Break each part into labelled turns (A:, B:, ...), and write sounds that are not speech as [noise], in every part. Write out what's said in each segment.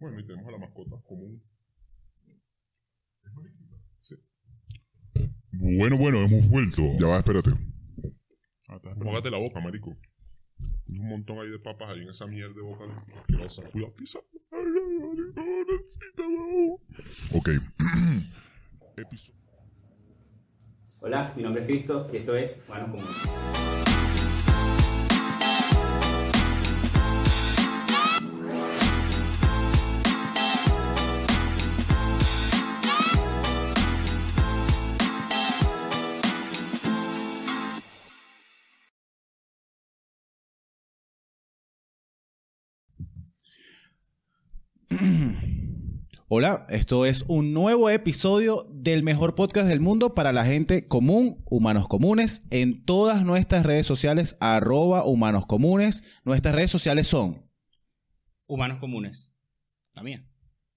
A: Bueno, y tenemos a la mascota común. ¿Es mariquita? Sí.
B: Bueno, bueno, hemos vuelto.
A: Ya va, espérate.
B: Mógate
A: Mógate la boca, marico. Tienes un montón ahí de papas ahí en esa mierda de boca asquerosa. Cuidado, pisa. Ay, ay, ay, no, necesita, huevón.
B: Ok. Episodio.
C: Hola, mi nombre es Cristo y esto es Manos Comunes.
D: Hola, esto es un nuevo episodio del mejor podcast del mundo para la gente común, humanos comunes, en todas nuestras redes sociales, arroba humanos comunes. Nuestras redes sociales son,
E: Humanos comunes. También.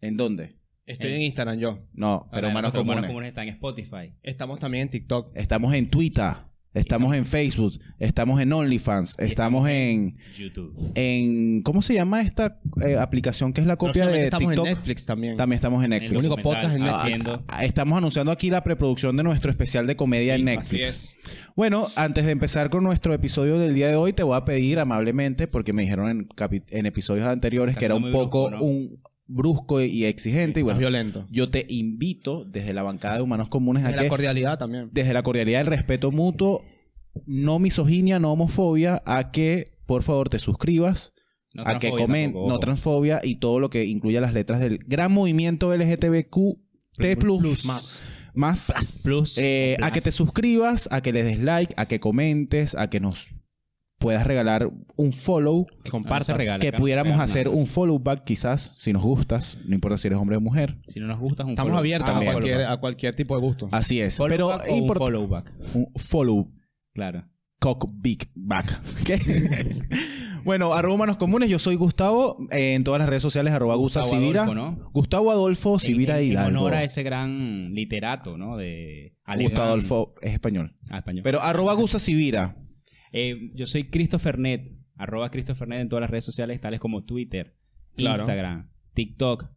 D: ¿en dónde?
F: Estoy
E: Eh.
F: en Instagram yo.
D: No,
E: Ahora,
D: pero humanos
E: nosotros,
D: comunes.
E: Humanos comunes está en Spotify.
F: Estamos también en TikTok.
D: Estamos en Twitter, estamos en Facebook, estamos en OnlyFans, estamos en,
E: YouTube.
D: en ¿cómo se llama esta eh, aplicación que es la
F: No
D: copia
F: solamente
D: de
F: estamos
D: TikTok?
F: en Netflix también.
D: También estamos en Netflix.
E: El
F: único
E: documental
F: podcast en Netflix.
E: haciendo-
D: Ah, Estamos anunciando aquí la preproducción de nuestro especial de comedia en Netflix.
F: Así es.
D: Bueno, antes de empezar con nuestro episodio del día de hoy, te voy a pedir amablemente, porque me dijeron en, capi- en episodios anteriores
E: Está
D: que era
E: siendo
D: un
E: muy
D: poco
E: brusco, ¿no?
D: un brusco y exigente. y
F: Más
D: bueno,
F: violento.
D: yo te invito desde la bancada de Humanos Comunes a
F: De
D: que,
F: la cordialidad también.
D: desde la cordialidad, el respeto mutuo, no misoginia, no homofobia, a que por favor te suscribas,
E: No
D: a que
E: transfobia
D: comentes,
E: tampoco,
D: no
E: ojo.
D: transfobia y todo lo que incluya las letras del gran movimiento LGTBQ. T plus,
F: más.
D: más
E: Plus.
D: eh, a
E: Plus.
D: que te suscribas, a que le des like, a que comentes, a que nos puedas regalar un follow.
F: Comparte
E: No se regala.
D: que
E: acá no
D: pudiéramos
E: regalas
D: hacer
E: nada.
D: un follow back quizás, si nos gustas. No importa si eres hombre o mujer.
E: Si no nos gusta, es un
F: Estamos
E: follow-
F: abiertos
E: Ah,
F: a,
D: También.
F: cualquier, a cualquier tipo de gusto.
D: Así es.
E: follow
D: Ah, Pero
E: back o un
D: import-
E: follow back.
D: un follow
E: Claro.
D: cock big back. [laughs] ¿Qué? bueno, arroba humanos comunes. Yo soy Gustavo. eh, en todas las redes sociales, arroba Gusa
E: Gustavo
D: Sivira.
E: Adolfo, ¿no?
D: Gustavo Adolfo
E: En-
D: Sivira
E: en- En
D: Hidalgo.
E: honor a ese gran literato, ¿no? De
D: Gustavo Adolfo es español.
E: Ah, español.
D: Pero arroba Gusa Sivira.
E: Eh, yo soy Christopher Net, arroba Christopher Net en todas las redes sociales, tales como Twitter,
F: Claro.
E: Instagram, TikTok,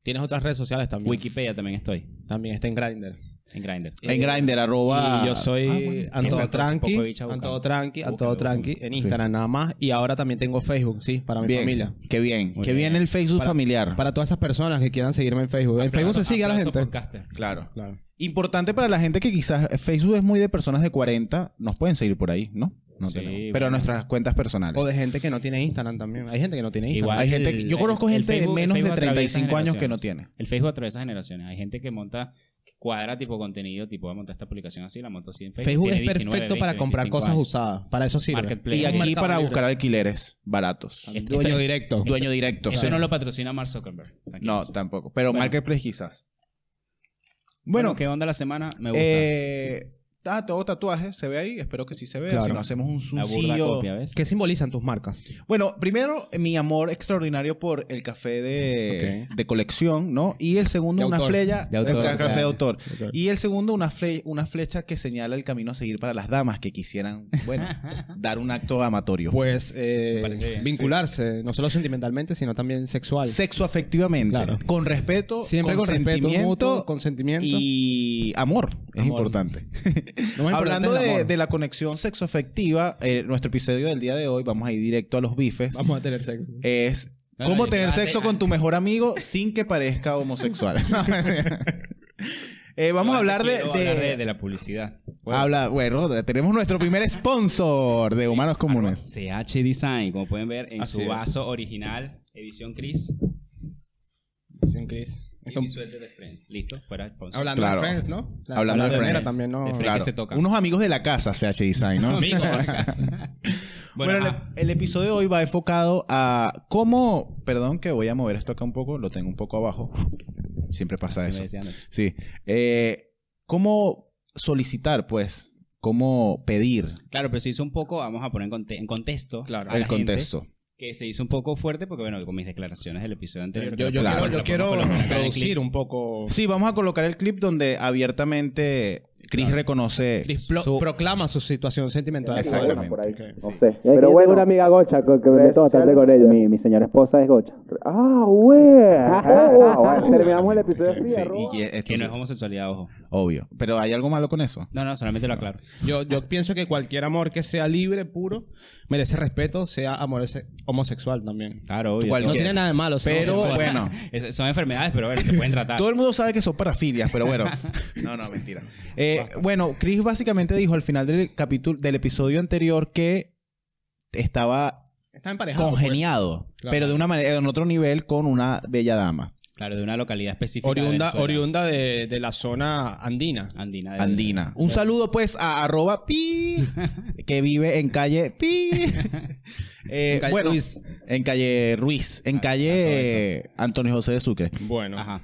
F: Tienes otras redes sociales también.
E: Wikipedia también estoy,
F: También está en Grindr. Eh,
E: en Grindr.
D: En Grindr, arroba...
F: Y yo soy
D: Ah, bueno.
F: Antodo
E: Exacto, hace
F: Tranqui.
E: poco he dicho,
F: Antodo
E: buscando.
F: Tranqui, Antodo
E: Búscalo,
F: Tranqui.
E: búscalo.
F: En
D: Sí.
F: Instagram nada más. Y ahora también tengo Facebook, sí, para mi
D: bien,
F: familia.
D: Qué bien.
E: Muy
D: qué bien.
E: bien.
D: el Facebook familiar.
F: Para todas esas personas que quieran seguirme en Facebook. En Facebook se sigue a la
E: Aplauso
F: gente.
E: podcaster.
D: Claro.
F: Claro.
D: Importante para la gente que quizás eh, Facebook es muy de personas de 40, nos pueden seguir por ahí, ¿no? No
E: Sí,
D: tenemos.
E: bueno.
D: Pero nuestras cuentas personales.
F: O de gente que no tiene Instagram también. Hay gente que no tiene Instagram.
E: Igual
D: Hay gente que- yo conozco
E: el
D: gente de
E: Facebook- el
D: menos de
E: Facebook atraviesa
D: 35 años que no
E: generaciones.
D: tiene.
E: El Facebook atraviesa generaciones. Hay gente que monta, que cuadra tipo contenido, tipo, voy a montar esta publicación así, la monto así en Facebook.
F: Facebook
E: pues, Tiene
F: es perfecto
E: 19, 20,
F: para comprar
E: 25
F: cosas
E: años.
F: usadas. Para eso sirve.
E: Marketplace.
D: Y
F: un
D: aquí
F: mercado
D: para
F: libre.
D: buscar alquileres baratos.
E: Esto-
F: Dueño
E: esto-
F: directo.
D: Dueño directo.
E: Eso
D: sí.
E: no lo patrocina Mark Zuckerberg. Tranquilo.
D: No, tampoco. Pero
F: Bueno.
D: Marketplace quizás.
E: Bueno,
D: Bueno,
E: ¿qué onda la semana? Me gusta.
D: eh, ah, todo tatuaje se ve ahí. Espero que sí se vea.
F: Claro.
D: Si no, hacemos un
E: la burda
D: sucio.
E: copia, ¿ves?
F: ¿Qué simbolizan tus marcas?
D: Bueno, primero, eh, mi amor extraordinario por el café de,
F: Ok.
D: de colección, ¿no? Y el segundo,
F: De
D: una
F: autor.
D: flecha.
E: De autor,
D: el ca- café de
E: claro.
D: autor. Y el segundo, una, fle- una flecha que señala el camino a seguir para las damas que quisieran,
F: [laughs]
D: bueno, dar un acto amatorio.
F: Pues eh,
E: Parece bien,
F: vincularse, no solo sentimentalmente, sino también sexual.
D: Sexo afectivamente.
F: Claro.
D: Con respeto,
F: Siempre con respeto mutuo, consentimiento.
D: y amor. Es
F: Amor.
D: importante.
F: Lo más importante
D: Hablando
F: es el
D: de,
F: amor.
D: de la conexión sexoafectiva, eh, nuestro episodio del día de hoy, vamos a ir directo a los bifes,
F: Vamos a tener sexo.
D: es...
E: No, no,
D: ¿Cómo
E: yo-
D: tener
E: antes-
D: sexo con tu mejor amigo sin que
E: [laughs]
D: parezca homosexual? Eh, vamos a hablar de,
E: Quiero
D: de-
E: hablar de, de la publicidad.
D: Habla, bueno, de- tenemos nuestro primer sponsor de Humanos Comunes.
E: Arroba CH Design, como pueden ver en
F: Así
E: su
F: es.
E: vaso original, edición Chris.
F: Sin Chris.
E: Y mi suéter de Friends. Listo, fuera el sponsor.
F: Hablando
D: Claro.
F: de Friends, ¿no? La-
D: Hablando
F: la
D: de
F: bandera
D: Friends.
F: También, ¿no?
E: De Friends.
D: Claro.
E: que se tocan.
D: Unos amigos de la casa, CH Design,
E: [laughs]
D: ¿no?
E: Amigos.
D: [laughs] Bueno,
E: bueno,
D: el-
E: ah,
D: el, episodio de hoy va enfocado a cómo. Perdón que voy a mover esto acá un poco, lo tengo un poco abajo. Siempre pasa
E: se me
D: eso.
E: decía antes.
D: Sí. Eh, ¿Cómo solicitar, pues? ¿Cómo pedir
E: Claro, pero se hizo un poco, vamos a poner en, conte- en contexto. a la
D: el
E: gente,
D: contexto?
E: que se hizo un poco fuerte porque, bueno, con mis declaraciones del episodio anterior.
F: Yo, yo
D: Claro.
F: quiero, yo quiero
E: Pero podemos colocar en el clip.
F: introducir un poco.
D: Sí, vamos a colocar el clip donde abiertamente Chris reconoce.
F: Chris plo-
G: Su-
F: proclama su situación sentimental.
D: Exactamente.
H: No sé. Pero bueno, una amiga gocha con que me meto bastante con ella. Mi, mi señora esposa es gocha. Ah, güey. [laughs] Terminamos el episodio así.
D: Sí,
H: arroba.
D: y esto
E: Que no
D: es
E: es homosexualidad, ojo.
D: obvio. Pero hay algo malo con eso.
E: No, no, solamente lo aclaro.
F: Yo, yo pienso que cualquier amor que sea libre, puro, merece respeto, sea amor ese- homosexual también.
E: Claro, obvio.
F: No
D: Cualquier-
F: tiene nada de malo. ser
D: Pero
F: homosexual.
D: bueno,
E: Es- son enfermedades, pero bueno, se pueden tratar.
D: todo el mundo sabe que son parafilias,
E: [laughs]
D: pero bueno. No, no, mentira. Eh, bueno, Chris básicamente dijo al final del capítulo, del episodio anterior que estaba
F: Está emparejado. pues.
D: congeniado,
F: Claro.
D: pero de una manera, en otro nivel con una bella dama
E: Claro, de una localidad específica. de
F: Oriunda,
E: Venezuela.
F: oriunda de, de la zona andina.
E: Andina. de-
D: andina. Un saludo pues a arroba pi, que vive en calle
E: [laughs]
D: pi. Eh,
F: En calle
D: bueno,
F: Ruiz.
D: En calle Ruiz, en
E: Ah,
D: calle Antonio José de Sucre.
F: Bueno. eh,
E: Ajá.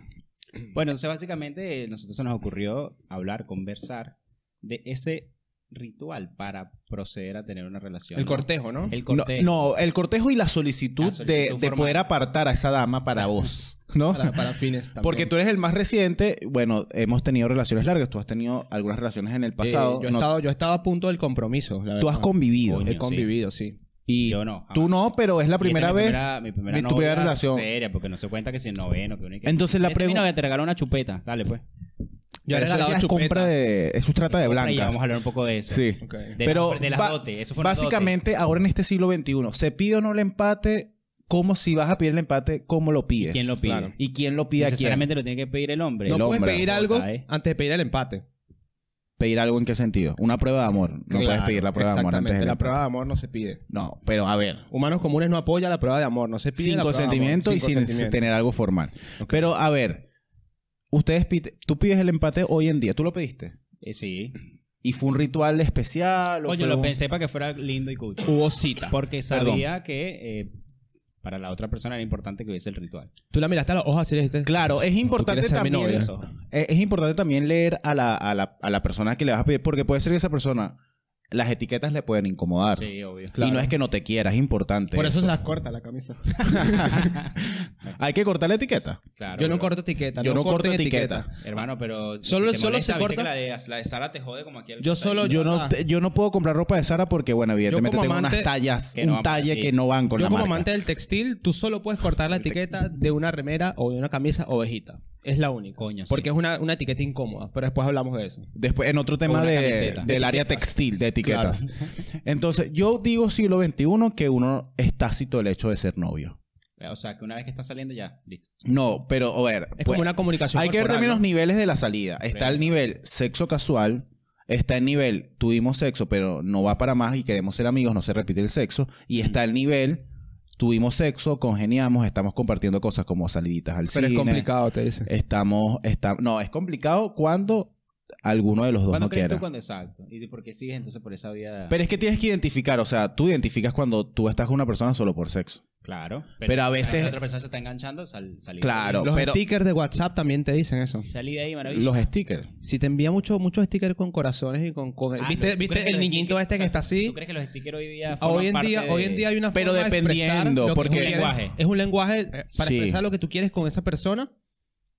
E: Bueno, entonces básicamente eh, nosotros se nos ocurrió hablar, conversar de ese ritual para proceder a tener una relación.
F: El cortejo, ¿no?
E: El
D: No,
E: cortejo.
D: no, el cortejo y la solicitud,
E: La solicitud
D: de, de
E: formal.
D: poder apartar a esa dama para vos, ¿no?
F: Para, para fines también.
D: Porque tú eres el más reciente. Bueno, hemos tenido relaciones largas. Tú has tenido algunas relaciones en el
F: Eh,
D: pasado.
F: yo, he
D: no-
F: estado, yo he estado a punto del compromiso. la
D: tú has
F: verdad.
D: convivido.
E: Coño.
F: He convivido, sí.
D: Y
E: Yo no. jamás.
D: tú no, pero es la primera
E: Y
D: vez.
E: esta es Mi primera, mi primera
D: mi- tu
E: novia
D: primera relación.
E: Seria, porque no se cuenta que si el noveno, que uno y que-
D: Entonces la
E: Ese es mi
D: pregunta-
E: novia, te regaló una chupeta. Dale, pues.
F: Yo he
D: Pero eso
F: regalado
D: ya es compra
F: chupetas.
D: de. Eso es trata de
E: Compra y Vamos
D: blancas.
E: a hablar un poco de eso.
D: Sí.
F: Ok.
E: De
D: pero
E: las- de las
D: ba-
E: dotes. Eso fue una
D: Básicamente, ahora en este siglo XXI, ¿se pide o no el empate? ¿Cómo si vas a pedir el empate? ¿Cómo lo pides?
E: ¿Quién lo pide?
D: ¿Y quién lo
E: dote.
D: pide a quién?
E: Necesariamente lo tiene que pedir el hombre.
F: No
D: El
F: puedes
D: hombre,
F: pedir
E: la
F: algo
E: jota, eh.
F: antes de pedir el empate.
D: ¿Pedir algo en qué sentido? Una prueba de amor. No puedes
F: Claro,
D: pedir la prueba de amor antes
F: Exactamente,
D: del
F: la
D: empate.
F: prueba de amor no se pide.
D: No, pero a ver.
F: Humanos comunes no apoya la prueba de amor, no se pide.
D: sin
F: la prueba de amor,
D: consentimiento y sin
F: consentimiento.
D: tener algo formal. Pero a ver, ustedes pide- tú pides el empate hoy en día, tú lo pediste.
E: Eh, sí.
D: Y fue un ritual especial. o
E: Oye,
D: fue
E: lo
D: un-
E: pensé para que fuera lindo y culto.
F: Hubo cita.
E: Porque sabía que eh, para la otra persona era importante que hubiese el ritual.
F: Tú la miraste a los ojos y le dijiste.
D: Claro, es importante
F: quieres ser mi
D: también.
F: novia?
D: Es, Eh, es importante también leer a la, a, la, a la persona que le vas a pedir, porque puede ser que esa persona, las etiquetas le pueden incomodar.
E: Sí, obvio.
D: Y no es que no te quiera, es importante.
F: Por eso se las corta la camisa.
D: [laughs] Hay que cortar la etiqueta.
E: Claro,
F: Yo no
E: bro.
F: corto etiqueta.
D: Yo no corto etiqueta.
E: Hermano, pero.
F: Solo-
E: te
F: solo
E: molesta,
F: se
E: viste
F: corta-
E: que La de, la de Sara te jode como aquí al-
F: Yo solo-
D: Yo no,
F: Ah.
D: te- yo no puedo comprar ropa de Sara porque, bueno, evidentemente tengo
F: amante-
D: unas tallas,
E: Que no
D: un
E: van-
D: talle
E: sí.
D: que no van con
F: Yo
D: la
F: como
D: marca.
F: amante del textil, tú solo puedes cortar la etiqueta de una remera o de una camisa ovejita. Es la única.
E: Coño, sí.
F: Porque es una, una etiqueta incómoda, pero después hablamos de eso.
D: Después, en otro tema
E: una
D: de-
E: camiseta.
D: del área textil, de etiquetas. [laughs] Entonces, yo digo siglo XXI que uno es tácito el hecho de ser novio.
E: O sea, que una vez que estás saliendo ya, listo.
D: No, pero a ver,
F: Es
D: pues,
F: como una comunicación
D: hay que ver
F: corporal,
D: también
F: ¿no?
D: los niveles de la salida. Está el
E: eso.
D: nivel sexo casual, está el nivel tuvimos sexo, pero no va para más y queremos ser amigos, no se repite el sexo. Y está el nivel tuvimos sexo, congeniamos, estamos compartiendo cosas como saliditas al
F: Pero es
D: cine.
F: complicado, te dicen.
D: Estamos, está, no, es complicado cuando alguno de los dos
E: ¿Cuándo
D: pues, no
E: crees
D: quiera.
E: tú cuando exacto? ¿Y por qué sigues entonces por esa vida?
D: Pero es que tienes que identificar, o sea, tú identificas cuando tú estás con una persona solo por sexo.
E: claro.
D: pero a
E: si sabes
D: veces-
E: que otra persona se está enganchando, sal, salí
D: Claro,
F: los
D: pero
F: stickers de WhatsApp también te dicen
E: De
F: eso.
E: ahí. Salí de ahí, maravilla.
D: los stickers.
F: Si te envía muchos muchos stickers con corazones y con... con-
E: Ah,
F: eh, ¿Viste,
E: ¿tú
F: viste
E: crees que
F: el
E: los
F: niñito
E: stickers-
F: este
E: o
F: que
E: sea,
F: está así?
E: ¿Tú crees que los stickers hoy día forman
F: Hoy en,
E: parte
F: día,
E: de-
F: hoy en día hay una
D: Pero
F: forma de expresar
D: dependiendo,
F: lo que
D: porque-
F: tú quieres.
E: Lenguaje.
F: Es un lenguaje eh, para
D: Sí.
F: expresar lo que tú quieres con esa persona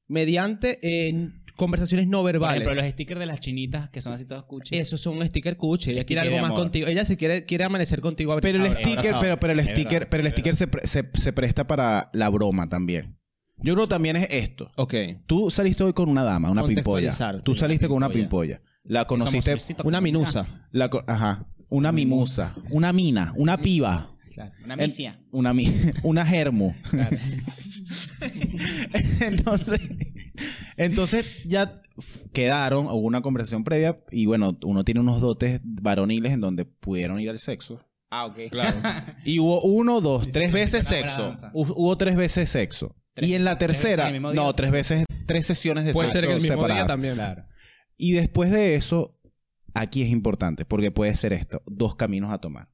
F: mediante eh, conversaciones no
E: Por
F: verbales.
E: ejemplo, los stickers de las chinitas que son así todos cuchis.
F: Esos son un sticker cuche. Ella quiere
E: Sticker
F: algo
E: de
F: más
E: amor.
F: contigo. Ella se quiere, quiere amanecer contigo. abri-
D: Pero el
F: abrazado.
D: sticker, pero, pero el
E: Es
D: sticker,
E: verdad,
D: pero el
E: es
D: sticker se, pre- se, se presta para la broma también. Yo creo también es esto.
F: Ok.
D: Tú saliste hoy con una dama, una pimpolla.
F: Contextualizar.
D: Tú saliste con una pimpolla. La conociste,
F: Una minusa.
D: la, co- ajá, una mimosa, una mina, una piba.
E: Claro, Una
D: En-
E: misia.
D: Una, mi- [laughs] una germo. [laughs] entonces, entonces ya f- quedaron, hubo una conversación previa y bueno, uno tiene unos dotes varoniles en donde pudieron ir al sexo.
E: Ah, ok.
F: [laughs]
E: Claro.
D: Y hubo uno, dos, tres veces
E: se llama la
D: sexo.
E: danza.
D: Hu- Hubo tres veces sexo.
E: Tres-
D: y en la
E: tres veces
D: tercera,
E: en el mismo día.
D: no, tres veces, tres sesiones de
F: Puede
D: sexo
F: ser que el mismo día
D: separadas.
F: también.
D: Y después de eso, aquí es importante, porque puede ser esto, dos caminos a tomar.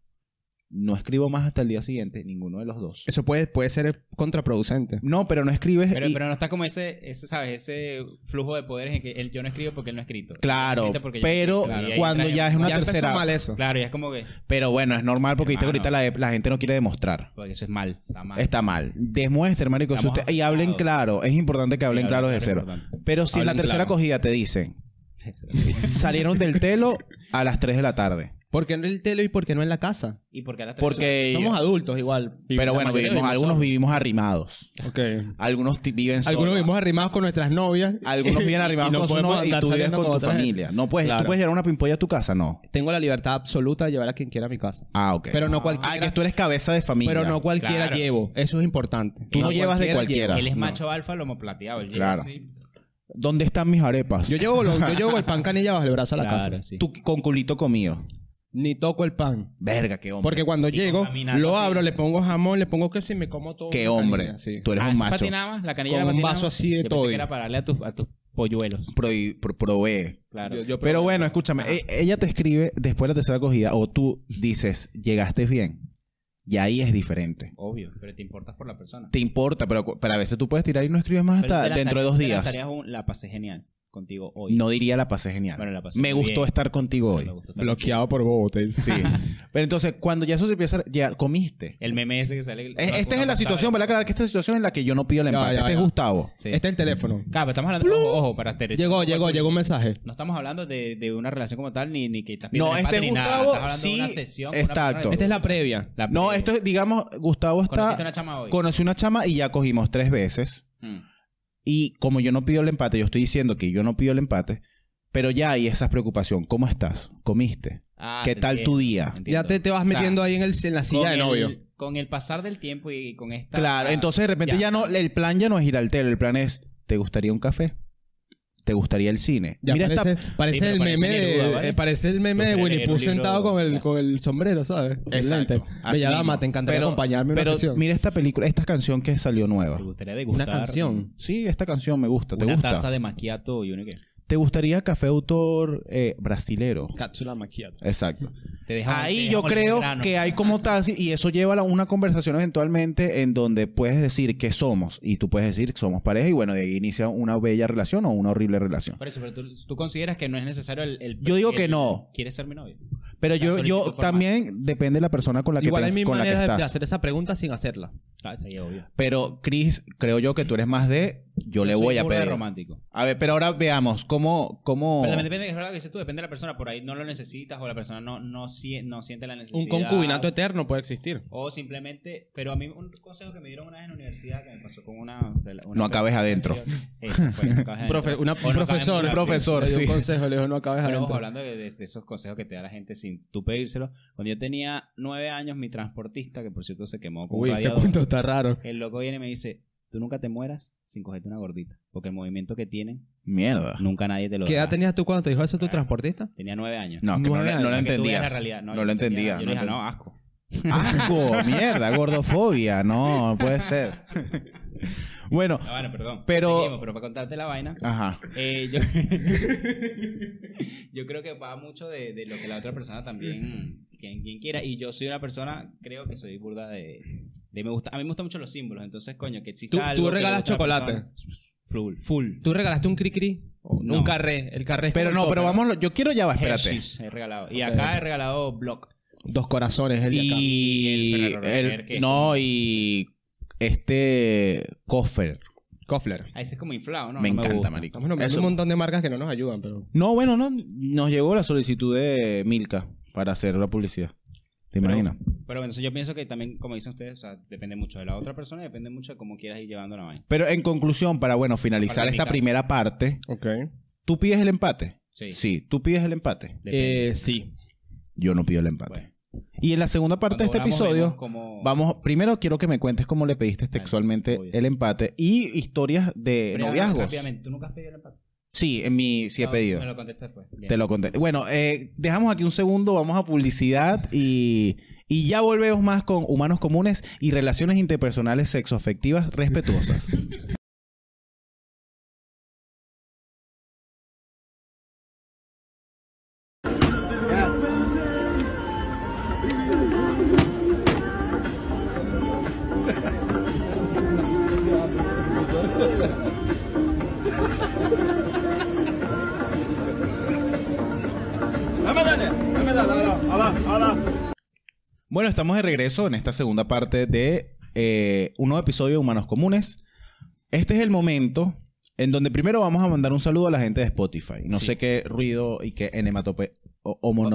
D: No escribo más hasta el día siguiente, ninguno de los dos.
F: Eso puede, puede ser contraproducente.
D: No, pero no escribes.
E: [laughs] Pero,
D: y-
E: pero no está como ese, ese, ¿sabes? Ese flujo de poderes en que él, yo no escribo porque él no ha escrito.
D: claro,
E: Escrito porque yo
D: pero
E: escribo. Claro, y ahí
D: cuando
E: trae-
D: ya es una
F: ya empezó
D: tercera.
F: mal eso.
E: Claro, y es como que...
D: Pero bueno, es normal porque viste que ahorita
E: Hermano.
D: la, la gente no quiere demostrar.
E: Porque eso es mal. Está mal.
D: Está mal. Demuestre, marico. si
E: Estamos
D: usted- y hablen claro. Es importante que hablen
E: Sí,
D: claro de
E: es
D: cero.
E: importante.
D: Pero si en la
E: Hablen
D: tercera
E: claro.
F: [laughs]
D: cogida te dicen, Salieron del telo a las 3 de la tarde.
F: ¿Por qué en el telo y por qué no en la casa?
E: ¿Y por qué a las tres horas?
D: Porque.
F: Somos adultos igual. y la
D: pero bueno,
F: mayoría
D: vivimos- algunos
F: solos.
D: vivimos arrimados.
F: Ok.
D: Algunos ti- viven solos.
F: Algunos vivimos arrimados con nuestras novias.
D: Algunos viven arrimados
F: [laughs] Y no
D: con su
F: podemos
D: novia y
F: andar
D: tú vives
F: saliendo
D: con
F: con
D: tu
F: otra gente.
D: familia. No puedes,
F: Claro.
D: tú puedes llevar una pimpolla a tu casa, no.
F: Tengo la libertad absoluta de llevar a quien quiera a mi casa.
D: Ah, ok.
F: Pero no
D: Ah,
F: cualquiera.
D: que tú eres cabeza de familia.
F: pero no cualquiera
E: Claro.
F: llevo. Eso es importante.
D: Tú no llevas de cualquiera.
E: Él es
D: No.
E: macho alfa, lomo plateado. Él llega
D: Claro.
E: así.
D: ¿Dónde están mis arepas?
F: Yo llevo, lo- yo llevo el pan canilla bajo el brazo a la
E: Claro,
F: casa.
E: sí.
D: Tú con culito comido.
F: Ni toco el pan.
D: Verga, qué hombre.
F: Porque cuando llego,
E: caminando
F: lo
E: así.
F: abro, le pongo jamón, le pongo queso y me como todo.
D: qué
F: con
D: hombre.
F: canilla, sí.
D: Tú eres
E: Ah,
D: un
E: ¿sí
D: macho.
E: patinabas? ¿La canilla
F: Con
E: la
F: un
E: patinabas?
F: vaso así
E: Yo
F: de
E: pensé
F: todo.
E: que era para darle a tus, a tus polluelos.
D: Prohi- pro- provee.
E: Claro.
F: Yo- yo-
D: Pero bueno, escúchame. e- ella te escribe después de la tercera acogida o tú dices, llegaste bien. Y ahí es diferente.
E: Obvio, pero te importas por la persona.
D: Te importa, pero, cu- pero a veces tú puedes tirar y no escribes más
E: Pero
D: hasta
E: te la
D: Ah, dentro de
E: saqué-
D: dos
E: te La,
D: días.
E: saqué un- la pasé genial contigo hoy.
D: No diría la pasé genial.
E: Bueno, la pasé
D: me
E: muy
D: gustó
E: bien.
D: estar contigo hoy.
E: Me gustó también.
F: Bloqueado por Bobo, te dice.
D: Sí. pero
F: [laughs]
D: entonces, cuando ya eso se empieza, ya comiste.
E: El meme ese que sale.
D: E- esta es la situación, ¿verdad? Claro que esta es la situación en la que yo no pido el
F: Ya,
D: empate.
F: ya,
D: este es
F: ya.
D: Gustavo.
E: Sí.
F: Está en teléfono.
E: Claro, pero estamos hablando. Ojo, ojo, para Teres.
F: Llegó, llegó, llegó un mensaje.
E: No estamos hablando de, de una relación como tal, ni, ni que estás pidiendo
D: No,
E: empate
D: este es
E: ni nada.
D: Gustavo,
E: Estás hablando de una
D: sí,
E: sesión con una persona
D: exacto.
E: que-
F: Esta es la previa.
E: La-
D: No, esto es, digamos, Gustavo está.
E: Conociste una chama hoy.
D: Conocí una chama y ya cogimos tres veces.
E: Mm.
D: Y como yo no pido el empate, yo estoy diciendo que yo no pido el empate, pero ya hay esa preocupación. ¿Cómo estás? ¿Comiste?
E: Ah,
D: ¿Qué
E: te
D: tal tu
E: entiendo,
D: día?
E: entiendo.
F: Ya te, te vas
E: O sea,
F: metiendo ahí en, el, en la
E: con
F: silla de
E: el-
F: novio.
E: Con el pasar del tiempo y, y con esta.
D: Claro, entonces de repente ya. no, el plan ya no es ir al tele, el plan es, ¿te gustaría un café? ¿Te gustaría el cine?
F: Ya
D: Mira esta-
F: parece, parece
E: Sí, pero
F: el
E: parece
F: meme
E: Neruda,
F: de,
E: ¿vale?
F: eh, parece el meme de
E: Prefiero
F: Winnie
E: leer
F: Pooh
E: un libro,
F: sentado con
E: [laughs]
F: el,
E: ya.
F: con el sombrero, ¿sabes? El
D: Exacto.
F: lente.
D: Así
F: Bella
D: mismo.
F: dama, te encantaría
D: Pero-
F: acompañarme en una
D: Pero
F: sesión.
D: mira esta película, esta canción que salió nueva.
E: Te gustaría degustar.
F: Una canción.
D: Sí, esta canción me gusta, ¿te
E: una
D: gusta?
E: taza de maquiato y una que.
D: ¿Te gustaría café autor eh, brasilero?
F: Cápsula maquiata.
D: Exacto.
E: Te deja- te
D: Ahí
E: deja
D: yo
E: con el
D: creo
E: grano.
D: que hay como taxi y eso lleva a una conversación eventualmente en donde puedes decir que somos y tú puedes decir que somos pareja y bueno, de ahí inicia una bella relación o una horrible relación.
E: Por eso, pero tú, tú consideras que no es necesario el. el-
D: Yo digo
E: el-
D: que no.
E: ¿Quieres ser mi novio?
D: Pero
E: La
D: yo, yo
E: solicitud formal.
D: también depende de la persona con la que,
F: Igual
D: te-
F: hay mil
D: con la que
F: maneras de- de
D: estás.
F: hacer esa pregunta sin hacerla.
E: Ah, sí, obvio.
D: Pero Chris, creo yo que tú eres más de yo le
E: Soy
D: voy a
E: burda de
D: pedir.
E: romántico.
D: A ver, pero ahora veamos cómo cómo
E: Pero también depende, es verdad que dices tú, depende de la persona. Por ahí no lo necesitas o la persona no, no, sie- no siente la necesidad.
F: Un
E: ah.
F: concubinato eterno puede existir.
E: O simplemente, pero a mí un consejo que me dieron una vez en la universidad que me pasó con una... una
D: No acabes adentro.
E: Eso, fue,
D: [laughs]
E: no acabes
F: Un
E: adentro.
F: profe- una-
E: O no
F: un
E: acabes
F: profesor.
E: muy
D: Un
E: rápido.
D: profesor,
F: Le dio
D: sí.
F: un consejo, le dijo, no acabes
E: Pero ojo,
F: adentro.
E: hablando de, de esos consejos que te da la gente sin tú pedírselo. Cuando yo tenía nueve años, mi transportista, que por cierto se quemó con un
F: Uy, este
E: radiador,
F: cuento está raro.
E: el loco viene y me dice, tú nunca te mueras sin cogerte una gordita. Porque el movimiento que tienen,
D: mierda.
E: nunca nadie te lo
F: ¿Qué
E: da.
F: edad tenías tú cuando te dijo eso tu transportista?
E: Tenía nueve años.
D: No, que no,
F: Nueve
D: le- no lo
E: Para que tú veas
D: entendías.
E: la realidad.
D: No,
E: yo
D: lo entendía.
E: Yo
D: no
E: le dije,
D: entendía.
E: no, asco.
D: Asco, mierda, gordofobia, no,
E: [laughs]
D: puede ser. Bueno,
E: Ah, bueno, perdón.
D: Pero-
E: Seguimos, pero para contarte la vaina,
D: ajá.
E: eh, yo... [laughs] yo creo que va mucho de, de lo que la otra persona también, quien, quien quiera. Y yo soy una persona, creo que soy burda de... de me gusta, a mí me gustan mucho los símbolos, entonces, coño, que exista
F: Tú- tú
E: algo que le
F: regalas
E: guste a la
F: chocolate.
E: persona, Full. Full.
F: ¿Tú regalaste un cri-cri?
E: No.
F: Un carré. El carré es
D: Pero
F: como el
D: no, pero
F: topper.
D: vámonos, yo quiero ya va, espérate.
E: Hershey's he regalado. Y acá he regalado Block.
F: Dos corazones. El de acá.
D: Y
E: el Ferrero Rocher, que
D: el,
E: es
D: no y este Coffer,
F: Koffler.
E: Ah, ese es como inflado, ¿no?
D: me
E: No
D: encanta,
E: gusta.
D: marico.
F: Estamos nombrando
D: Eso-
F: un montón de marcas que no nos ayudan, pero...
D: No, bueno, no, nos llegó la solicitud de Milka para hacer la publicidad. ¿Te
E: Pero-
D: imaginas?
E: Pero bueno, entonces yo pienso que también, como dicen ustedes, o sea, depende mucho de la otra persona y depende mucho de cómo quieras ir llevando la vaina.
D: Pero en conclusión, para bueno, finalizar
E: Aparte de
D: esta
E: Milka.
D: primera parte,
F: Ok.
D: ¿tú pides el empate?
E: Sí.
D: Sí, tú pides el empate.
E: Depende.
F: Eh, sí.
D: Yo no pido el empate.
E: Bueno.
D: Y en la segunda parte de este
E: Cuando volvamos,
D: episodio,
E: vemos cómo-
D: Vamos, primero quiero que me cuentes cómo le pediste textualmente
E: obvio.
D: el empate y historias de
E: Pero ya,
D: noviazgos.
E: Rápidamente, ¿tú nunca has pedido el empate?
D: Sí, en mi sí he
E: No,
D: pedido.
E: Me lo contesto después. Bien.
D: Te lo conté. Bueno, eh, dejamos aquí un segundo, vamos a publicidad y, y ya volvemos más con humanos comunes y relaciones interpersonales sexoafectivas respetuosas. bueno, estamos de regreso en esta segunda parte de eh, un nuevo episodio de Humanos Comunes. Este es el momento En donde primero vamos a mandar un saludo a la gente de Spotify. No sé qué ruido y qué enematope o
E: Muy bien,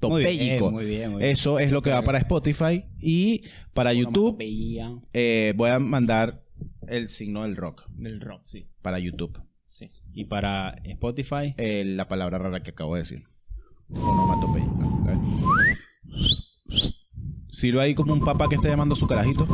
D: homonotopéyico.
E: muy bien, muy bien.
D: Eso es lo que va para Spotify. Y para YouTube
E: Onomatopeya.
D: eh, voy a mandar el signo del rock
F: Del rock, sí.
D: para YouTube.
F: sí.
E: Y para Spotify.
D: Eh, la palabra rara que acabo de decir. Onomatopéyica. Sirve ahí como un papá que está llamando a su carajito.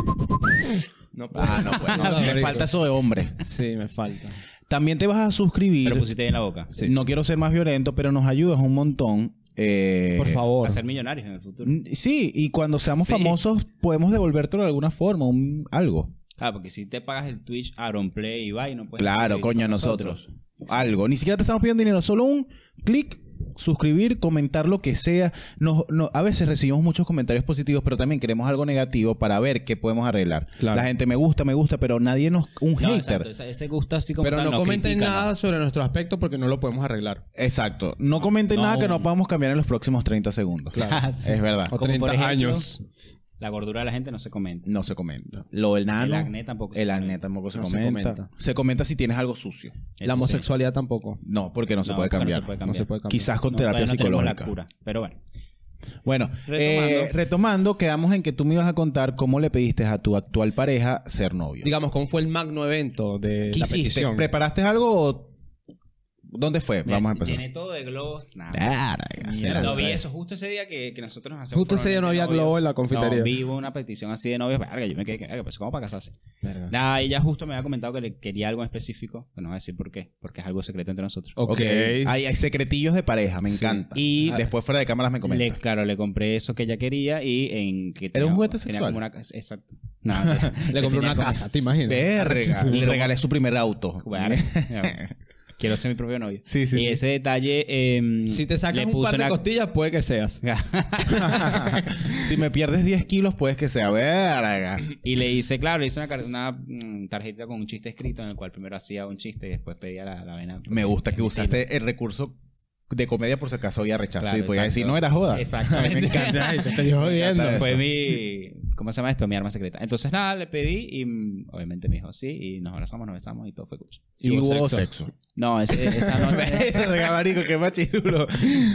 F: No
D: Ah, no, pues [laughs] no. Me falta eso de hombre.
F: [laughs] Sí, me falta.
D: También te vas a suscribir.
E: Pero pues, pusiste en la boca.
F: Sí,
D: no quiero ser más violento, pero nos ayudas un montón. Eh,
F: Por favor.
E: A ser millonarios en el futuro.
D: n- Sí, y cuando seamos
E: Sí.
D: famosos podemos devolvértelo de alguna forma, un, algo.
E: Claro, porque si te pagas el Twitch, Aaron Play y va y no puedes.
D: claro,
E: escribir
D: coño, a
E: Pues, con
D: nosotros. Algo. Ni siquiera te estamos pidiendo dinero, solo un clic, suscribir, comentar lo que sea. Nos, no- a veces recibimos muchos comentarios positivos, pero también queremos algo negativo para ver qué podemos arreglar.
F: Claro.
D: La gente me gusta, me gusta, pero nadie nos... Un
E: No,
D: hater.
E: exacto, ese, ese gusto así como.
F: Pero
E: tal,
F: no comenten
E: critican,
F: nada sobre nuestro aspecto porque no lo podemos arreglar.
D: Exacto. No comenten
E: No,
D: nada que
E: un-
D: no podamos cambiar en los próximos 30 segundos.
E: Claro. Sí.
D: [laughs] Es verdad.
F: O
E: Como por
F: 30
E: ejemplo,
F: años.
E: La gordura de la gente no se comenta.
D: No se comenta. Lo del nano.
E: El acné tampoco se
D: Ah, el
E: comenta.
D: acné tampoco se,
F: No se
D: comenta. se comenta.
F: comenta.
D: si tienes algo sucio.
E: Eso
F: la
E: sí.
F: homosexualidad tampoco.
D: No, porque no, se,
E: No,
D: puede
E: claro,
D: cambiar.
E: se puede
F: No
E: cambiar.
F: se puede cambiar.
D: Quizás con
E: No,
D: terapia
E: todavía no tenemos la
D: psicológica.
E: cura, pero bueno.
D: Bueno, retomando.
E: Retomando.
D: retomando, quedamos en que tú me ibas a contar cómo le pediste a tu actual pareja ser novio.
F: Digamos, ¿cómo fue el magno evento de
D: ¿Qué
F: la
D: hiciste?
F: petición?
D: ¿Preparaste algo o dónde fue?
E: Mira,
D: Vamos a empezar.
E: Llené todo de globos. Nada.
D: Verga, se
E: Mierda,
D: lanzó.
E: no vi eso justo ese día que, que nosotros nos hacemos.
F: Justo ese día no había
E: formalmente
F: globo en la
E: novios.
F: confitería.
E: No, vivo una petición así de novios. Verga, yo me quedé que, verga, pues ¿cómo para casarse?
F: Verga.
E: Nada, ella justo me había comentado que le quería algo en específico. que No voy a decir por qué, porque es algo secreto entre nosotros.
F: Ok. Ah,
D: Ok. Hay, hay secretillos de pareja, me encanta. Ah,
E: Y-
D: después fuera de cámaras me
E: Le,
D: comentas.
E: claro, le compré eso que ella quería y en que
D: ¿Era un juguete
E: tenía
D: sexual?
E: como una casa- Exacto. No,
F: [laughs]
E: que-
F: Le compré una casa, ¿te imaginas?
E: [laughs]
D: Verga,
F: Arrechísimo.
D: le regalé su primer auto.
E: Verga. Quiero ser mi propio novio.
D: Sí, sí,
E: y
D: sí.
E: ese detalle. em,
F: Si te sacas
E: le
F: un
E: puse
F: par de
E: una- [laughs]
F: costillas, puede que seas.
D: [laughs] si me pierdes 10 kilos, puedes que sea verga.
E: Y le hice, claro, le hice una, car- una mm, tarjeta con un chiste escrito en el cual primero hacía un chiste y después pedía la, la vena.
D: Me gusta que
E: Escrita.
D: usaste el recurso de comedia por si acaso había rechazo
E: Claro,
D: y podías
E: exacto.
D: decir, no era joda.
E: Exactamente. [laughs]
D: me encanta.
F: Ay, te estoy jodiendo.
D: Me encanta
E: Fue
D: eso.
E: mi. ¿Cómo se llama esto? Mi arma secreta. Entonces, nada, le pedí y mm, obviamente me dijo sí. Y nos abrazamos, nos besamos y todo fue cucho.
D: Y, hubo
F: [laughs]
D: sexo. [laughs]
E: No, ese- esa noche.
D: Verga, marico, qué machirulo.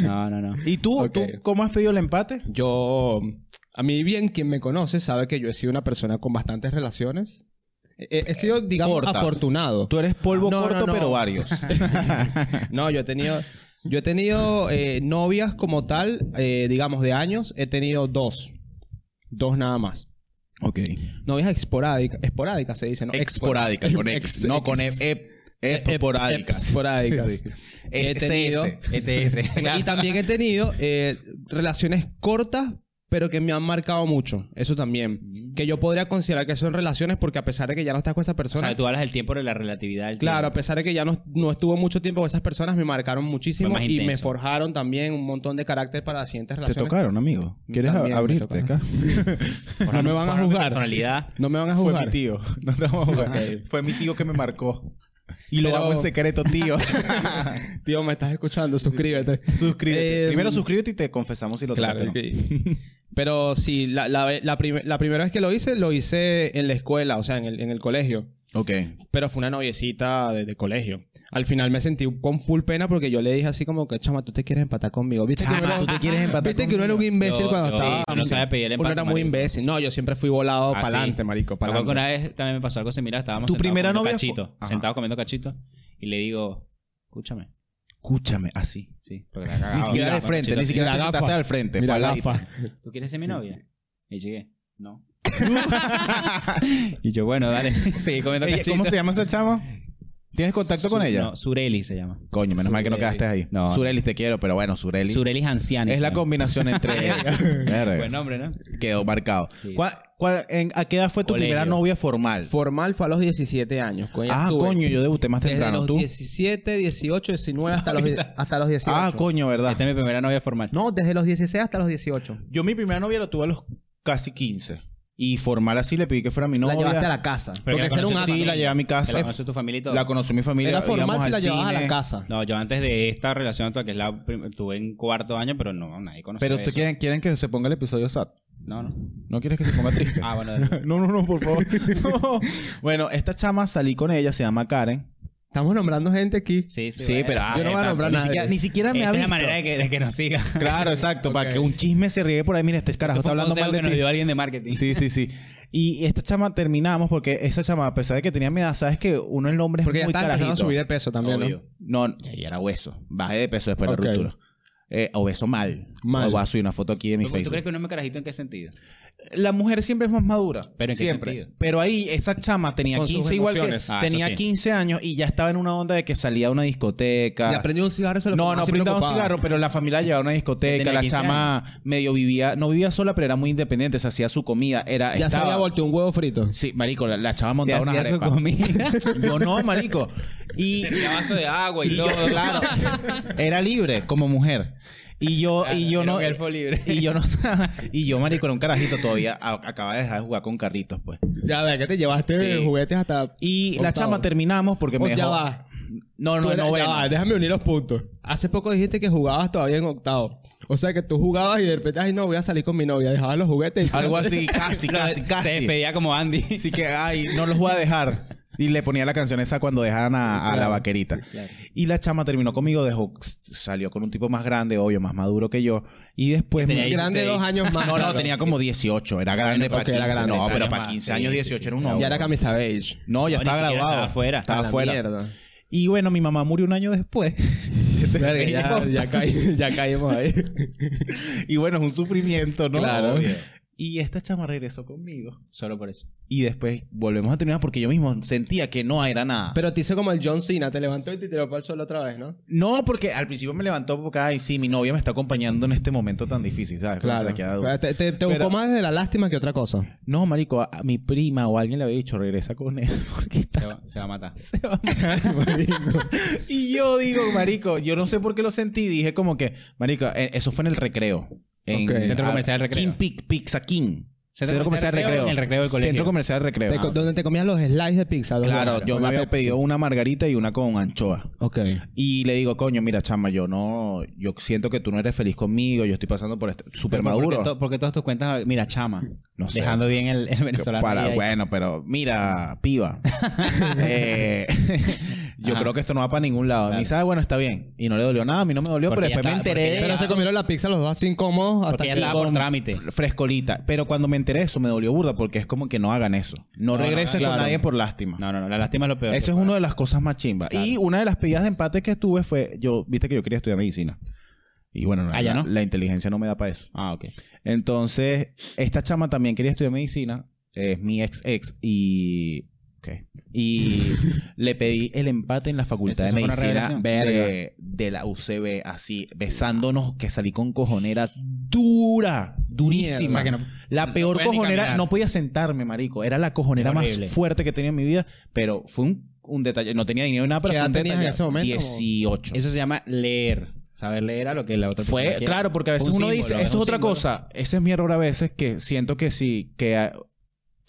E: No, no, no.
D: ¿Y tú,
F: Ok.
D: tú cómo has pedido el empate?
F: Yo, a mí bien, quien me conoce sabe que yo he sido una persona con bastantes relaciones. He, he sido, digamos,
D: cortas.
F: afortunado.
D: Tú eres polvo
F: No, no,
D: corto,
F: no.
D: pero varios.
F: [laughs] No, yo he tenido, yo he tenido eh, novias como tal, eh, digamos, de años. He tenido dos. Dos nada más.
D: ok.
F: Novias esporádicas. Esporádicas se dice, ¿no?
D: Esporádica, con X.
F: [laughs] Ex-
D: no, con E.
F: ex-
D: e- esporádicas.
F: Esporádicas.
D: Sí.
F: He tenido...
D: SS.
E: Este
D: [laughs]
E: ese.
F: Y también he tenido eh, relaciones cortas, pero que me han marcado mucho. Eso también. Que yo podría considerar que son relaciones porque a pesar de que ya no estás con esa
E: O
F: persona...
E: sea, tú hablas del tiempo de la relatividad del
F: Claro, a
E: tiempo.
F: pesar de que ya no, no estuvo mucho tiempo con esas personas, me marcaron muchísimo
E: Fue más
F: y me
E: intenso.
F: forjaron también un montón de carácter para las siguientes
D: Te
F: relaciones.
D: tocaron, amigo. ¿Quieres
F: También
D: a-
F: me
D: abrirte
F: tocaron.
D: acá? [laughs]
E: Por
F: no
E: la-
F: me van a
E: por la
F: juzgar.
E: Personalidad.
F: No me van a
D: Fue
F: jugar.
D: mi tío. [laughs] No te vamos a jugar.
F: Ok.
D: Fue mi tío que me marcó. Y lo
F: Pero-
D: hago en secreto, tío. [laughs]
F: Tío, me estás escuchando, suscríbete.
D: suscríbete.
F: Eh,
D: Primero suscríbete y te confesamos si lo
F: Claro.
D: tocaste o
F: ok. [laughs] Pero sí, la, la, ve- la prim- la primera vez que lo hice, lo hice en la escuela, o sea, en el, en el colegio.
D: no. Ok.
F: Pero fue una noviecita de, de colegio. Al final me sentí con full pena porque yo le dije así como que, chama, tú te quieres empatar conmigo. ¿Viste que
D: Chama,
F: uno era-
D: tú te quieres empatar
F: Viste que uno era un
D: conmigo.
F: imbécil
E: Yo-
F: cuando
E: yo-
F: estaba.
E: sí, no sabía pedir el
F: Uno
E: empate,
F: era muy
E: marico.
F: imbécil. No, yo siempre fui volado
E: Ah,
F: para adelante,
E: sí.
F: marico.
E: Me
F: Para
E: acuerdo que
F: adelante.
E: una vez también me pasó algo similar. Estábamos
D: ¿Tu
E: sentados
D: primera
E: comiendo
D: novia
E: cachito.
D: fue- Ajá.
E: Sentados comiendo cachito. Y le digo, escúchame.
D: Escúchame, así. Ah,
E: Sí, porque la cagaba.
D: Ni siquiera
E: Mira,
D: de frente,
E: cachito
D: ni
E: así.
D: siquiera te
F: Mira,
D: sentaste
F: gafa.
D: al frente.
F: Mira,
D: fue al-
F: gafa.
E: ¿Tú quieres ser mi novia? Y llegué,
D: [laughs]
E: no. y yo, bueno, dale. [laughs] Seguí comiendo
D: Ella-
E: cachito.
D: ¿Cómo se llama esa chava? ¿Tienes contacto con
E: Su-
D: ella?
E: No, Sureli se llama.
D: Coño, menos mal que no
F: Sureli.
D: quedaste ahí.
E: No.
D: Sureli te quiero, pero bueno, Sureli.
E: Sureli Anciani.
D: Es la combinación entre... Verga.
E: Buen nombre, ¿no?
D: Quedó marcado.
E: Sí.
D: ¿Cuál- cuál- en- ¿A qué edad fue tu
E: Colegio.
D: primera novia formal?
F: Formal fue a los 17 años. con ella
D: ah,
F: estuve
D: coño, yo debuté más
F: Desde
D: temprano.
F: los
D: ¿Tú?
F: 17, 18, 19 hasta los, hasta los 18.
D: Ah, coño, ¿verdad?
E: Esta es mi primera novia formal.
F: No, desde los 16 hasta los 18.
D: Yo mi primera novia la tuve a los casi 15. Y formal así le pedí que fuera mi novia.
F: la llevaste a la casa. Porque
E: la
F: ese era un
E: conoces
F: acto.
E: tú.
D: Sí, la llevé a mi
E: ¿Te la
D: casa.
E: conoces tu familia y todo?
D: La conoció mi familia.
F: Era formal
D: íbamos
F: si la
D: al
F: llevabas a la
D: cine.
F: casa.
E: No, yo antes de esta relación actual, que es la prim- tuve en cuarto año, pero no, nadie conoce
D: Pero ustedes quieren, quieren que se ponga el episodio sad.
E: No, no.
D: ¿No quieres que se ponga triste? [laughs]
E: Ah, bueno. dale.
D: no, no, no, por favor. No. Bueno, esta chama salí con ella, se llama Karen.
F: Estamos nombrando gente aquí.
E: Sí, sí.
D: Sí,
E: bueno.
D: pero ah,
F: Yo no voy a
D: epa,
F: nombrar
D: ni,
F: a nadie.
D: siquiera, ni siquiera me
E: Esta
D: ha
E: Este es la
D: visto.
E: manera de que, de que nos siga.
D: Claro, exacto, para
F: Ok.
D: que un chisme se riegue por ahí. Mira, este carajo está
E: Fue un
D: hablando
E: consejo
D: mal
E: que
D: de
E: nos
D: ti.
E: dio alguien de marketing.
D: Sí, sí, sí. Y esta chama terminamos porque esa chama, a pesar de que tenía mi edad, sabes que uno el hombre es
F: Porque ya
D: muy
F: está empezando
D: carajito.
F: a subir de peso también, ¿no?
E: Obvio.
D: No, ya ya era hueso. Bajé de peso después
F: Ok.
D: de la ruptura. Eh, obeso mal.
F: Mal.
D: Voy a subir una foto aquí de mi
E: Porque ¿Tú
D: Facebook.
E: crees que uno me carajito en qué sentido?
D: La mujer siempre es más madura.
E: ¿Pero en qué
D: siempre.
E: sentido?
D: Pero ahí esa chama tenía
F: Con sus
D: 15 igual que
F: emociones.
E: Ah, eso
D: tenía
E: sí.
D: 15 años y ya estaba en una onda de que salía a una discoteca.
F: Y aprendió un cigarro y se lo
D: No,
F: fumaba
D: no
F: así
D: prendaba un
F: preocupada.
D: cigarro, pero la familia la llevaba a una discoteca.
E: Tenía
D: La
E: 15
D: chama medio vivía, no vivía sola, pero era muy independiente. Se hacía su comida. Era,
F: Ya se
D: estaba-
F: había vuelto un huevo frito.
D: Sí, marico, la, la chama montaba
E: hacía
D: unas
E: su
D: arepas.
E: comida.
D: [laughs] Yo no, marico. Y
E: vaso de agua [laughs] y todo.
F: Pues
D: claro, era libre como mujer. Y yo, y yo
E: Era
D: no.
E: un elfo libre.
D: Y yo no. [laughs] Y yo, marico, era un carajito todavía. a- acababa de dejar de jugar con carritos, pues.
F: [laughs] Ya ve, que te llevaste
D: Sí.
F: juguetes hasta.
D: Y la
F: Octavo.
D: chama terminamos porque me
F: Oh, ya
D: dejó.
F: va.
D: No,
F: Tú
D: no,
F: eras-
D: no,
F: ya va, déjame unir los puntos. Hace poco dijiste que jugabas todavía en octavo. O sea que tú jugabas y de repente, ay no, voy a salir con mi novia, dejabas los juguetes. y-
D: Algo así, casi, [laughs]
E: [laughs]
D: casi,
E: Se
D: casi.
E: despedía como Andy.
D: Así que, ay, no los voy a dejar. Y le ponía la canción esa cuando dejaran a, a la vaquerita. Y la chama terminó conmigo, dejó, salió con un tipo más grande, obvio, más maduro que yo. Y después...
E: Tenía
D: me-
F: [laughs] Grande
E: 16.
F: dos años más.
D: No, no, tenía como 18. Era grande
F: Bueno,
D: para
F: ok, era
D: 15.
F: grande.
D: no, pero
E: Años
D: para
E: más.
D: 15
E: Sí,
D: años,
E: sí,
D: 18
E: sí.
D: era un
E: Ya
D: hombre.
F: Ya era camisa beige.
D: No, ya
E: No, ni
D: estaba
E: siquiera
D: graduado.
E: estaba afuera.
D: Estaba
F: A la
D: afuera.
F: mierda.
D: Y bueno, mi mamá murió un año después.
F: [laughs]
D: [laughs]
F: Verga, ya, ya, caí- ya caímos ahí.
D: y bueno, es un sufrimiento, ¿no?
F: Claro.
E: Obvio.
D: Y esta chama regresó conmigo.
E: Solo por eso.
D: Y después volvemos a terminar porque yo mismo sentía que no era nada.
F: [laughs] Pero te hizo como el John Cena, te levantó y te tiró para el suelo otra vez, ¿no?
D: No, porque al principio me levantó porque, ay, sí, mi novia me está acompañando en este momento tan difícil, ¿sabes? Como se la queda duro.
F: Te, te, te buscó
D: Pero-
F: más de la lástima que otra cosa.
D: No, marico, a, a mi prima o alguien le había dicho, regresa con él [laughs] porque
E: Se
D: está...
E: va, se va a matar.
D: [laughs] Se va a matar, marico. Y yo digo, marico, yo no sé por qué lo sentí. Dije como que, marico, eh, eso fue en el recreo. En
F: Ok.
E: Centro Comercial del Recreo.
D: King Pic- Pizza King. Centro, Comercial del Recreo.
E: En el recreo del colegio.
D: Centro Comercial del Recreo.
F: Te co- donde te comías los slices de pizza. los
D: Eh, ah. Claro,
F: dos,
D: yo
F: con
D: me
F: la
D: había
F: Pepsi.
D: pedido Eh, una margarita y una con anchoa.
F: Ok.
D: Y le digo, coño, mira, chama, yo no, yo siento que tú no eres feliz conmigo, yo estoy pasando por esto. Super
E: Pero porque
D: maduro.
E: to- porque todas tus cuentas, mira, chama.
D: No sé.
E: Dejando bien el, el
D: Que
E: venezolano.
D: Para,
E: ahí, ahí.
D: bueno, pero mira, piba.
E: [laughs]
D: Eh, [laughs] yo
E: Ajá.
D: creo que esto no va para ningún lado. Me
E: Claro.
D: dice, ah, bueno, está bien. Y no le dolió nada, a mí no me dolió,
E: Porque
D: pero
E: ya
D: después me
E: estaba- porque
D: enteré.
E: ya
F: Pero se comieron la pizza los dos así incómodos hasta
E: Porque ya
F: que...
E: estaba por trámite.
D: Frescolita. Pero cuando me enteré eso me dolió burda porque es como que no hagan eso. No,
E: No, no,
D: regreses
E: claro.
D: con nadie por lástima.
E: No, no, no. La lástima es lo peor.
D: Esa es una de las cosas más chimbas.
E: Claro.
D: Y una de las pedidas de empate que tuve fue, yo, viste que yo quería estudiar medicina. Y bueno, no,
E: Ah, ya
D: la-
E: no.
D: la inteligencia no me da para eso.
E: Ah, ok.
D: Entonces, esta chama también quería estudiar medicina. Es mi ex ex y. ok.
E: [laughs]
D: Y le pedí el empate en la facultad
E: Eso
D: de
E: fue una
D: medicina
E: revelación.
D: de, de la UCB, así, besándonos, que salí con cojonera dura, durísima.
E: O sea que no-
D: la
E: no
D: peor
E: podía ni
D: cojonera,
E: caminar.
D: no podía sentarme, marico. Era la cojonera más
E: Horrible.
D: fuerte que tenía en mi vida, pero fue un, un detalle. No tenía dinero ni nada, pero
F: ¿Qué
D: fue
F: edad
D: un
F: tenías en
D: detalle.
F: ese momento?
D: 18.
E: Eso se llama leer. Saber leer a lo que la otra persona
D: Fue,
E: quiere.
D: claro, porque a veces
E: Un
D: uno
E: símbolo,
D: dice, eso es
E: un
D: otra
E: símbolo.
D: cosa. Ese es mi error a veces que siento que sí, que... ah,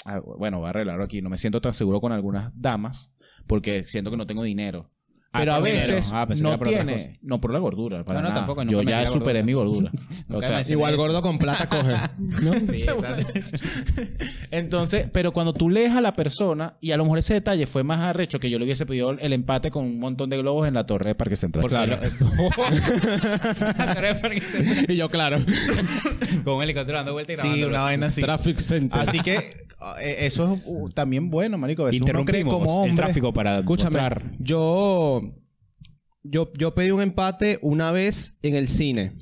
D: ah, bueno, voy a arreglarlo aquí. No me siento tan seguro con algunas damas porque siento que no tengo dinero.
E: Ah,
D: Pero a
E: por dinero.
D: veces
E: Ah, pensé que
D: no
E: era por otras
D: tiene...
E: cosas.
D: No, por la gordura. Para
E: No, no,
D: nada.
E: tampoco, nunca
D: Yo
E: me
D: ya
E: metí la gordura.
D: superé mi gordura.
E: [laughs]
D: o
E: Nunca
D: sea,
E: me-
F: Igual gordo con plata coge. [laughs] ¿no?
E: Sí, exacto.
D: Entonces, pero cuando tú lees a la persona, y a lo mejor ese detalle fue más arrecho que yo le hubiese pedido el empate con un montón de globos en la torre de Parque Central.
E: Porque [laughs] lo- Pero es porque se-
F: y yo, claro.
E: [laughs] Con un helicóptero dando vuelta y grabando.
D: sí, una vaina así.
F: Traffic Center.
D: Así que eh, eso es uh, también bueno, marico. A veces uno cree
E: Interrumpimos
D: como
E: el
D: hombre.
E: tráfico para
F: Escúchame,
E: mostrar.
F: yo, yo... Yo pedí un empate una vez en el cine.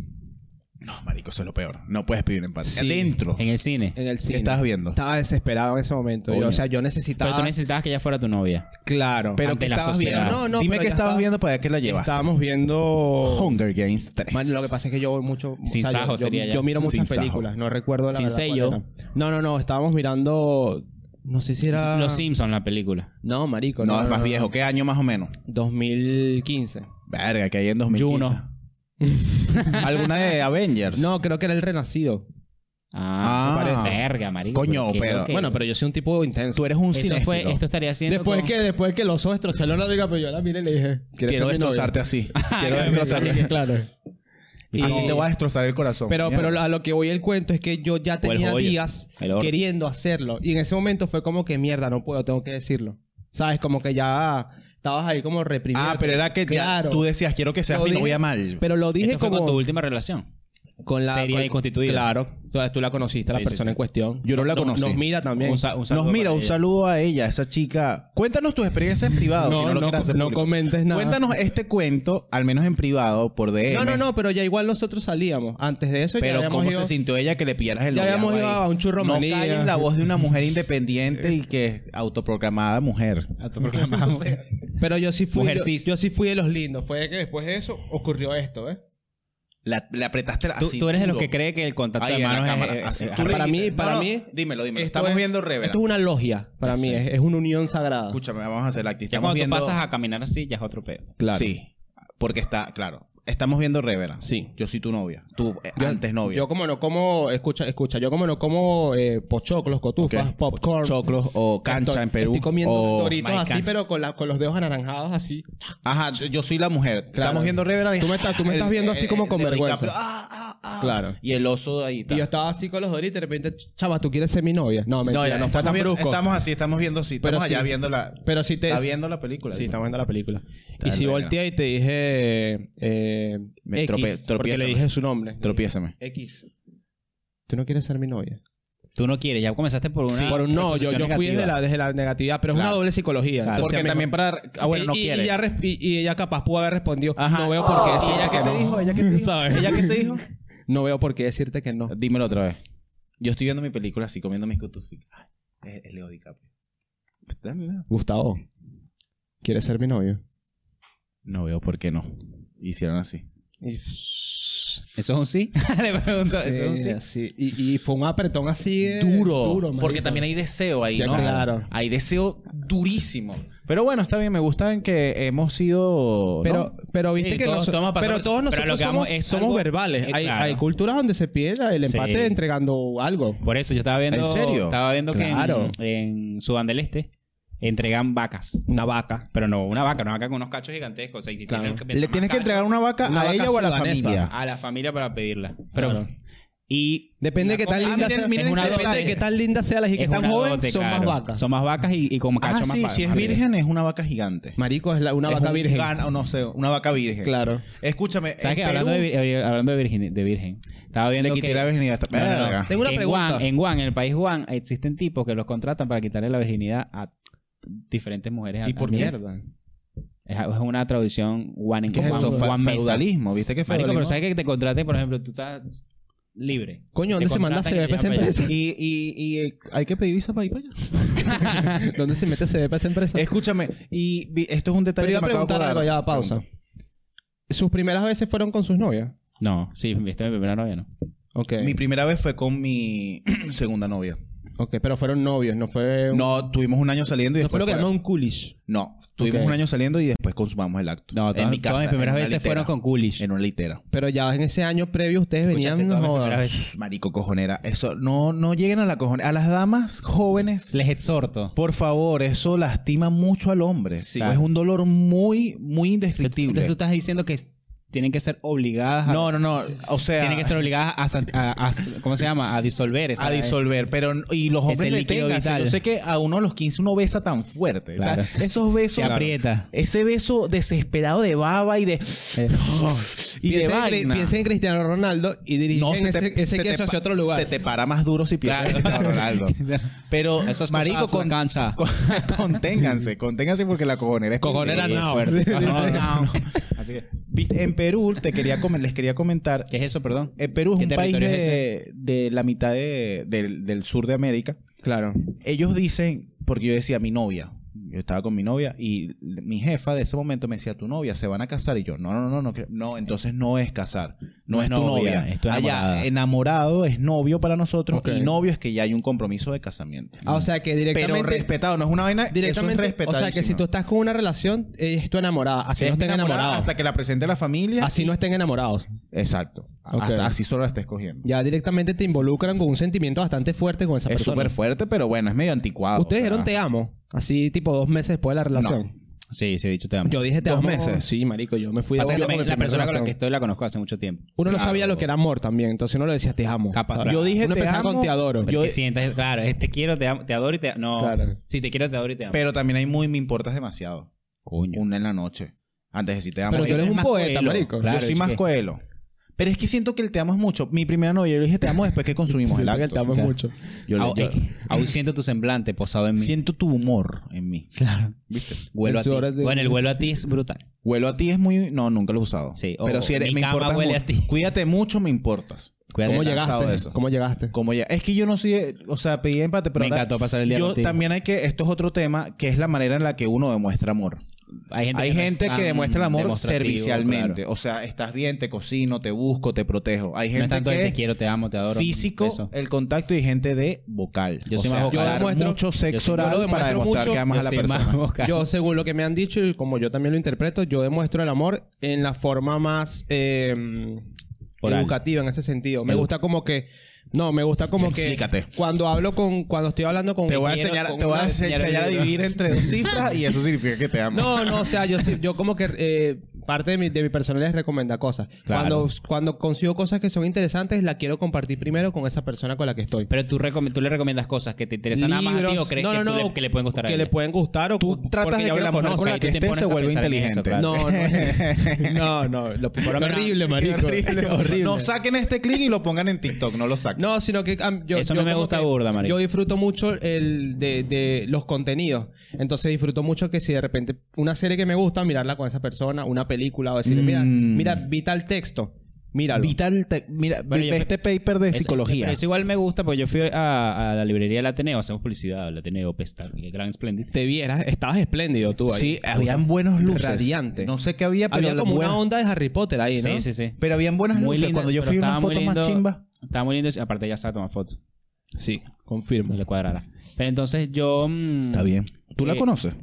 D: No, marico, eso es lo peor. No puedes pedir un empate.
F: Sí.
D: Adentro.
E: En el cine.
F: En el
D: ¿Qué
F: cine.
D: estabas viendo?
F: Estaba desesperado en ese momento. Yo,
D: Coño.
F: o sea, yo
E: Pero
F: necesitaba...
E: tú necesitabas que ella fuera tu novia.
F: Claro.
D: Pero
E: ante
D: ¿qué
E: la
D: estabas
E: sociedad.
D: viendo?
F: No, no,
D: Dime
F: pero
D: qué
F: ya
D: estabas
F: estaba-
D: viendo para que la llevaste.
F: estábamos viendo...
D: Hunger Games 3.
F: Man, lo que pasa es que yo voy mucho.
E: Sin
F: yo-
E: sajo
F: yo,
E: sería ya.
F: yo miro muchas
D: Sin sajo.
F: películas, no recuerdo la
E: Sin
F: verdad cuál
E: sello.
F: era. No, no, no, estábamos mirando. No sé si era.
E: Los Simpsons, la película.
F: No, marico.
D: no, es más viejo. ¿Qué año más o menos?
F: 2015.
D: Verga, que hay en 2015.
E: Juno.
D: [laughs] ¿Alguna de Avengers?
F: No, creo que era el renacido.
E: Ah,
D: Ah.
E: me parece. Verga, marico.
D: Coño,
E: ¿por qué?
D: pero-
E: Ok.
F: Bueno, pero yo soy un tipo intenso.
D: Tú eres un
E: Eso
D: cinéfilo.
E: fue, esto estaría haciendo.
F: Después
E: con-
F: que, después que los ostros se lo la diga, pero yo la miré y le dije. ¿quieres
D: Quiero
F: ser mi novia?
D: destrozarte
F: [laughs]
D: así.
F: Ah,
D: Quiero
F: Le dije,
D: destrozarte.
F: Claro. Y-
D: Así te voy a destrozar el corazón.
F: Pero,
D: Mierda.
F: pero a lo que voy el cuento es que yo ya tenía
E: joyo,
F: días
E: el oro.
F: queriendo hacerlo. Y en ese momento fue como que mierda, no puedo, tengo que decirlo. ¿Sabes? Como que ya estabas ahí como reprimido.
D: Ah, pero era que ya
F: Claro.
D: tú decías, quiero que seas
F: Lo
D: mi
F: dije-
D: novia mal.
F: Pero lo dije
E: Esto fue
F: como
E: con tu última relación.
F: con
E: seria
F: con-
E: y constituida.
F: Claro, tú, tú la conociste, la
E: Sí, sí,
F: persona
E: sí.
F: en cuestión.
D: Yo no la
F: Nos-
D: conocí.
F: Nos mira también.
E: Un sa- un saludo
D: Nos mira,
E: para
D: un
E: ella.
D: saludo a ella, esa chica. Cuéntanos tus experiencias en privado.
F: [laughs] No,
D: si no, lo
F: no,
D: quieres hacer
F: no
D: público.
F: comentes nada.
D: Cuéntanos este cuento, al menos en privado, por DM.
F: No, no, no, pero ya igual nosotros salíamos. Antes de eso ya
D: Pero
F: habíamos
D: cómo
F: ido-
D: se sintió ella que le pillaras el
F: Ya
D: noviazgo
F: habíamos ido
D: ahí?
F: a un churro
D: No
F: manía.
D: calles la voz de una mujer
F: [laughs]
D: independiente y que es autoproclamada mujer. [laughs]
E: Autoproclamamos.
F: Pero yo sí fui.
E: Mujer
F: Yo,
E: cis.
F: yo sí fui de los lindos. Fue que después de eso ocurrió esto, ¿eh?
D: La, le apretaste la-
E: Tú,
D: así
E: tú eres de los
D: duro.
E: que cree que el contacto
D: Ahí
E: de
D: en la
E: manos es-
D: cámara,
E: es-
D: así.
E: es-
D: Tú le
F: eh, para mí-
D: dijiste-
F: para mí-
D: Dímelo, dímelo.
F: Esto
D: Estamos
F: es-
D: viendo Revela.
F: Esto es una logia para
E: Ya
F: mí.
E: sé.
F: Es, es una unión sagrada.
D: Escúchame, vamos a hacer aquí.
E: ya
D: Estamos
E: cuando
D: viendo...
E: tú pasas a caminar así, ya es otro peo.
F: Claro.
D: Sí. Porque está, claro. Estamos viendo Revela.
F: Sí.
D: Yo soy tu novia. Tú, eh, antes novia.
F: Yo como no como, escucha, escucha, yo como no como eh, pochoclos, cotufas,
D: Ok.
F: popcorn.
D: Choclos o cancha
F: Estoy-
D: en Perú. Oh,
F: Estoy comiendo
D: o-
F: doritos
E: My
F: así,
E: cancha.
F: pero con, la- con los dedos anaranjados así.
D: Ajá, yo- yo soy la mujer. Estamos viendo Revela. y-
F: Tú me estás- tú me
D: el-
F: estás viendo así como con
D: el de
F: vergüenza.
D: DiCaprio, ah, ah, ah.
F: Claro.
D: Y el oso ahí. está.
F: Y yo estaba así con los doritos y de repente, chava, ¿tú quieres ser mi novia? No,
D: No,
F: mentira, no,
D: ya, no,
F: fue
D: estamos,
F: tan
D: viendo-
F: brusco.
D: estamos así, estamos viendo así. Estamos
F: Pero sí.
D: allá viendo la...
F: pero si te...
D: Está viendo la película.
F: Sí,
D: digo.
F: estamos viendo la película. Y
D: Dale,
F: si
D: venga.
F: volteé y te dije... Eh,
D: Me
F: X,
D: trope-
F: porque
D: tropiézame.
F: le dije su nombre.
D: Tropiézame.
F: X. ¿Tú no quieres ser mi novia?
E: Tú no quieres, ya comenzaste por una.
F: Por un no, yo, yo
E: preposición
F: fui desde
E: negativa.
F: la, desde la negatividad, pero es una
D: Claro.
F: doble psicología.
E: Claro.
F: Entonces,
D: Porque
F: amigo,
D: también para... Ah, bueno, no
F: y, y-
D: quiere.
F: Y ella, res- y- y ella capaz pudo haber respondido,
D: Ajá.
F: no veo por qué
D: ¿Y
F: decirte
D: ella qué
F: que
D: te
F: no.
D: dijo? ¿Ella qué te dijo?
F: ¿Sabes?
D: ¿Ella qué te dijo?
F: [laughs] No veo por qué decirte que no.
D: Dímelo otra vez. Yo estoy viendo mi película así, comiendo mis cutufitas. Ay, Es es Leo DiCaprio. Dame, veo.
F: Gustavo, ¿quieres ser mi novio?
D: No veo por qué no. Hicieron así.
E: ¿Eso es un sí? Le pregunto, ¿eso es un sí?
F: así. Y, y fue un apretón así de-
D: Duro.
F: marico.
D: porque también hay deseo ahí,
F: Ya,
D: ¿no?
F: claro.
D: Hay deseo durísimo. Pero bueno, está bien. Me gusta en que hemos sido...
F: Pero, pero viste
E: Sí,
F: que
E: todos-
F: noso-
E: todos hemos pasado
F: pero
E: por-
F: todos
E: pero
F: nosotros
E: lo que
F: somos,
E: vamos es
F: somos
E: algo-
F: verbales.
E: eh,
F: hay,
E: claro.
F: hay culturas donde se pierde el
E: Sí.
F: empate entregando algo.
E: Por eso yo estaba viendo.
D: ¿En serio?
E: Estaba viendo
F: Claro.
E: que en, en Sudán del Este entregan vacas.
F: Una vaca.
E: Pero no una vaca, una vaca con unos cachos gigantescos. O sea, y si
F: Claro.
E: tienen que-
D: ¿Le tienes que entregar una vaca
F: Una
D: a
F: vaca
D: ella o a la
F: sudanesa.
D: familia?
E: a la familia para pedirla. Pero,
F: Claro.
E: Y
F: Depende de qué
E: Una
F: tan
E: cosa-
F: linda
E: Ah, miren,
F: sea.
E: miren,
F: es una
E: miren,
F: depende de
E: depende-
F: qué tan linda sea la hija que
E: es
F: tan
E: una
F: joven,
E: dote,
F: son más
E: claro.
F: vacas.
E: Son más vacas y, y con
D: Ah,
E: cachos más
D: sí.
E: vacas.
D: Si es virgen, es una vaca gigante.
F: Marico, es la- una
D: Es
F: vaca
D: un
F: virgen.
D: gan- o no sé, una vaca virgen.
F: Claro.
D: Escúchame.
E: ¿Sabes
D: en
E: qué? Hablando, de,
D: Perú-
E: vir- eh, hablando de, virgen, de virgen, estaba viendo
D: Le quité
E: que...
D: la virginidad.
E: No, no, no.
D: Verga.
F: Tengo una
E: Que en
F: pregunta.
E: Guam, en Guam, en el país Guam, existen tipos que los contratan para quitarle la virginidad a diferentes mujeres.
F: ¿Y
E: a-
F: por
E: a-
F: qué?
E: Es, es una tradición Guam en
D: ¿Qué es
E: Guam,
D: eso? Fe-
E: Guam mesa.
D: Feudalismo. ¿Viste qué
E: Marico,
D: feudalismo?
E: pero ¿sabes que te contraten, por ejemplo, tú estás libre?
F: Coño, ¿dónde
E: Te
F: se manda
E: contratan y
F: CBP
E: te
F: esa
E: llevan
F: empresa?
D: Y, y, y eh, hay que pedir visa para ir para allá.
F: [laughs] ¿Dónde se mete CBP esa empresa?
D: Escúchame, y vi- esto es un detalle
F: Pero iba a
D: que me acabo de
F: preguntar algo,
D: acordar.
F: ya, pausa.
D: Pregunta.
F: ¿Sus primeras veces fueron con sus novias?
E: No, sí, viste mi primera novia, ¿no?
F: Ok.
D: Mi primera vez fue con mi [clears throat] segunda novia.
F: Ok, pero fueron novios, no fue... un-
D: No, tuvimos un año saliendo y
F: no fue
D: después.
F: lo que
D: fuera-
F: llaman un coolish.
D: No, tuvimos
F: Ok.
D: un año saliendo y después consumamos el acto.
E: No,
D: en
E: todas,
D: mi casa.
E: todas mis primeras
D: en una
E: veces
D: litera.
E: fueron con coolish.
D: En una litera.
F: Pero ya en ese año previo ustedes venían...
E: Escuchaste todas mis
F: no jodas.
E: primeras veces.
D: Pff, Marico, cojonera. Eso, no, no lleguen a la cojonera. A las damas jóvenes,
E: Les exhorto.
D: por favor, eso lastima mucho al hombre.
E: Sí.
D: Es un dolor muy, muy
E: Entonces tú
D: indescriptible.
E: estás diciendo que s- tienen que ser obligadas a...
D: No, no, no. O sea,
E: Tienen que ser obligadas a, san- a- a- ¿Cómo se llama? A disolver esa...
D: a disolver. Pero, y los hombres
E: el
D: le
E: líquido
D: tengan. o sea,
E: vital.
D: Yo sé que a uno a los 15 uno besa tan fuerte. O sea,
E: Claro.
D: esos besos.
E: eh, Se aprieta.
D: Ese beso desesperado de baba y de.
E: Eh,
D: [laughs] y de
F: Piensen en, Cri-
D: vaina.
F: piensen en Cristiano Ronaldo y dirigen
D: No, se te-
F: ese, ese
D: se te
F: queso
D: pa-
F: hacia otro lugar.
D: Se te para más duro si piensas en Cristiano Ronaldo.
E: [laughs]
F: [laughs]
D: Pero,
E: Eso es
D: marico,
E: con...
D: con,
E: cancha.
D: con- [laughs] conténganse, conténganse porque la cojonera es
E: Cojonera
D: peligrosa.
E: no.
D: Fuerte.
E: [laughs] No, no,
D: [laughs]
E: no. Así que,
D: Viste, En Perú, te quería comen- les quería comentar.
E: ¿Qué es eso, perdón?
D: En Perú es
E: ¿Qué
D: un país
E: territorio es
D: de, de la mitad de- del, del sur de América.
F: Claro.
D: Ellos dicen, porque yo decía mi novia, yo estaba con mi novia y mi jefa de ese momento me decía, tu novia, se van a casar. Y yo, no, no, no, no, no, no entonces no es casar, no, es, tu novia.
E: es tu enamorada.
D: Allá, enamorado es novio para nosotros
F: Ok.
D: y novio es que ya hay un compromiso de casamiento.
F: Ah, o sea que
D: Pero
F: directamente...
D: respetado, no es una vaina,
F: directamente
D: eso es
F: o sea que si tú estás con una relación, eh, es tu enamorada. Así no
D: no
F: estén enamorados.
D: hasta que la presente la familia.
F: Así no estén enamorados.
D: Exacto.
F: Ok.
D: Hasta- así solo la estés cogiendo.
F: Ya directamente te involucran con un sentimiento bastante fuerte con esa
D: Es
F: persona.
D: súper fuerte, pero bueno, es medio anticuado.
F: Ustedes
D: o sea.
F: dijeron te amo, así tipo dos meses después de la relación.
E: Sí, sí, he dicho te amo.
F: Yo dije te
D: Dos
F: amo.
D: meses.
F: Sí, marico, yo me fui de
E: Pasa que
F: boca
E: también
F: con mi
E: la
F: primera
E: persona con la que
F: relación.
E: estoy la conozco hace mucho tiempo.
F: Uno no
D: Claro.
F: sabía lo que era amor también, entonces uno le decía te amo.
E: Capaz.
F: ¿Sabes?
D: Yo dije
F: Uno
D: te
F: empezaba
D: amo.
F: con te adoro.
E: Porque
D: Yo-
E: si entonces, claro, es te quiero, te amo, te adoro y te No.
F: Claro.
E: Si te quiero, te adoro y te amo.
D: Pero también hay muy me importas demasiado.
E: Coño.
D: Una en la noche. Antes de si te amo.
F: Pero tú
E: yo
F: eres
E: eres
F: un
E: más
F: poeta,
E: coelo.
F: marico.
E: Claro,
D: yo soy
E: es
D: más
E: que-
D: coelo. Pero es que siento que el te amo es mucho. Mi primera novia, yo le dije te amo después
E: [laughs]
D: que consumimos el
F: Siento
D: acto.
F: que el te amo es
D: Claro.
F: mucho.
D: Yo le-
E: Au-
D: yo-
E: es que Aún siento tu semblante posado en mí.
D: siento tu humor en mí.
E: Claro.
D: ¿Viste?
E: Huelo
F: El
E: a ti.
F: sudor es de-
E: Bueno, el vuelo a ti es brutal.
D: Huelo a ti es muy... No, nunca lo he usado.
E: Sí, o-
D: Pero si eres,
E: mi
D: me
E: cama
D: importas
E: huele
D: mucho.
E: a ti.
D: Cuídate mucho, me importas.
E: Cuídate.
F: ¿Cómo
D: he lanzado
F: llegaste?
D: eso.
F: ¿Cómo llegaste?
D: Como ya... Es que yo no soy... O sea, pedí empate, pero...
E: Me
D: ahora-
E: encantó pasar el día
D: Yo
E: contigo.
D: también hay que... Esto es otro tema, que es la manera en la que uno demuestra amor.
E: Hay gente,
D: Hay
E: que, no es
D: gente
E: tan
D: que demuestra el amor
E: demostrativo,
D: servicialmente.
E: claro.
D: O sea, estás bien, te cocino, te busco, te protejo. Hay
E: No es
D: gente
E: tanto de te
D: que
E: quiero, te amo, te adoro.
D: físico,
E: beso.
D: el contacto y gente de vocal.
E: Yo
D: o
E: soy
D: sea,
E: más vocal.
D: dar
F: Yo demuestro-
D: mucho
E: yo
D: sexo
E: soy- yo
D: oral
F: lo
D: para
F: demuestro
D: demostrar
F: mucho,
D: que amas a
E: Yo
D: la
E: soy
D: persona.
E: más vocal.
F: Yo, según lo que me han dicho y como yo también lo interpreto, yo demuestro el amor en la forma más eh,
E: Oral.
F: educativa en ese sentido. Me
E: Edu-
F: gusta como que. No, me gusta como que.
D: Explícate.
F: Cuando hablo con. Cuando estoy hablando con.
D: Te voy a
F: quiero-
D: enseñar,
F: con
D: te voy a
F: una-
D: enseñar
E: enseñar
D: a
E: el libro.
D: dividir entre dos cifras y eso significa que te amo.
F: No, no, o sea, yo, sí- yo como que eh, parte de mi, de mi personalidad es recomendar cosas.
E: Claro.
F: Cuando, cuando consigo cosas que son interesantes, la quiero compartir primero con esa persona con la que estoy.
E: Pero tú, recom- tú le recomiendas cosas que te interesan nada más a ti
F: Libros-
E: o crees
F: no,
E: que,
F: no,
E: tú
F: no,
E: le, que le pueden gustar a
F: Que
E: ella.
F: le pueden gustar o
D: Tú tratas
F: porque
D: de
F: ya
D: que
F: lo
D: la mujer con
F: conozco.
D: la
E: ahí
D: que
E: tú te
D: estés
E: pones
D: se
E: a
D: vuelva
E: pensar en eso,
D: inteligente.
E: claro.
F: No, no, no, no, lo, por lo menos- horrible, marico.
D: Horrible.
F: [laughs] horrible.
D: No saquen este clic y lo pongan en TikTok, no lo saquen.
F: No, sino que am, yo,
E: Eso
F: yo
E: no me
F: como
E: gusta
F: que-
E: burda, marico.
F: Yo disfruto mucho el de, de los contenidos. Entonces disfruto mucho que si de repente una serie que me gusta, mirarla con esa persona, una película, o decirle, mira,
D: Mm.
F: mira, vi tal texto, míralo.
D: Vital, te- mira,
E: Bueno, yo-
D: este paper de
E: Eso-
D: psicología.
E: pero Eso, igual me gusta, porque yo fui a, a la librería del Ateneo, hacemos publicidad, el Ateneo, Pesta, Gran Splendid.
F: Te vieras, estabas espléndido tú ahí.
D: Sí, habían buenos luces.
F: Radiante.
D: No sé qué había, pero
F: Había como
D: buenas-
F: una onda de Harry Potter ahí, ¿no?
E: Sí, sí, sí.
D: Pero habían buenas
E: Muy
D: luces.
E: linda,
D: Cuando yo
E: pero
D: fui una
E: estaba muy
D: foto más
E: lindo.
D: chimba.
E: Estaba muy lindo, y aparte ya sabe tomar fotos,
F: Sí, confirmo.
E: no le cuadrará. Pero entonces yo... mm,
D: Está bien. ¿Tú la
E: Eh,
D: conoces?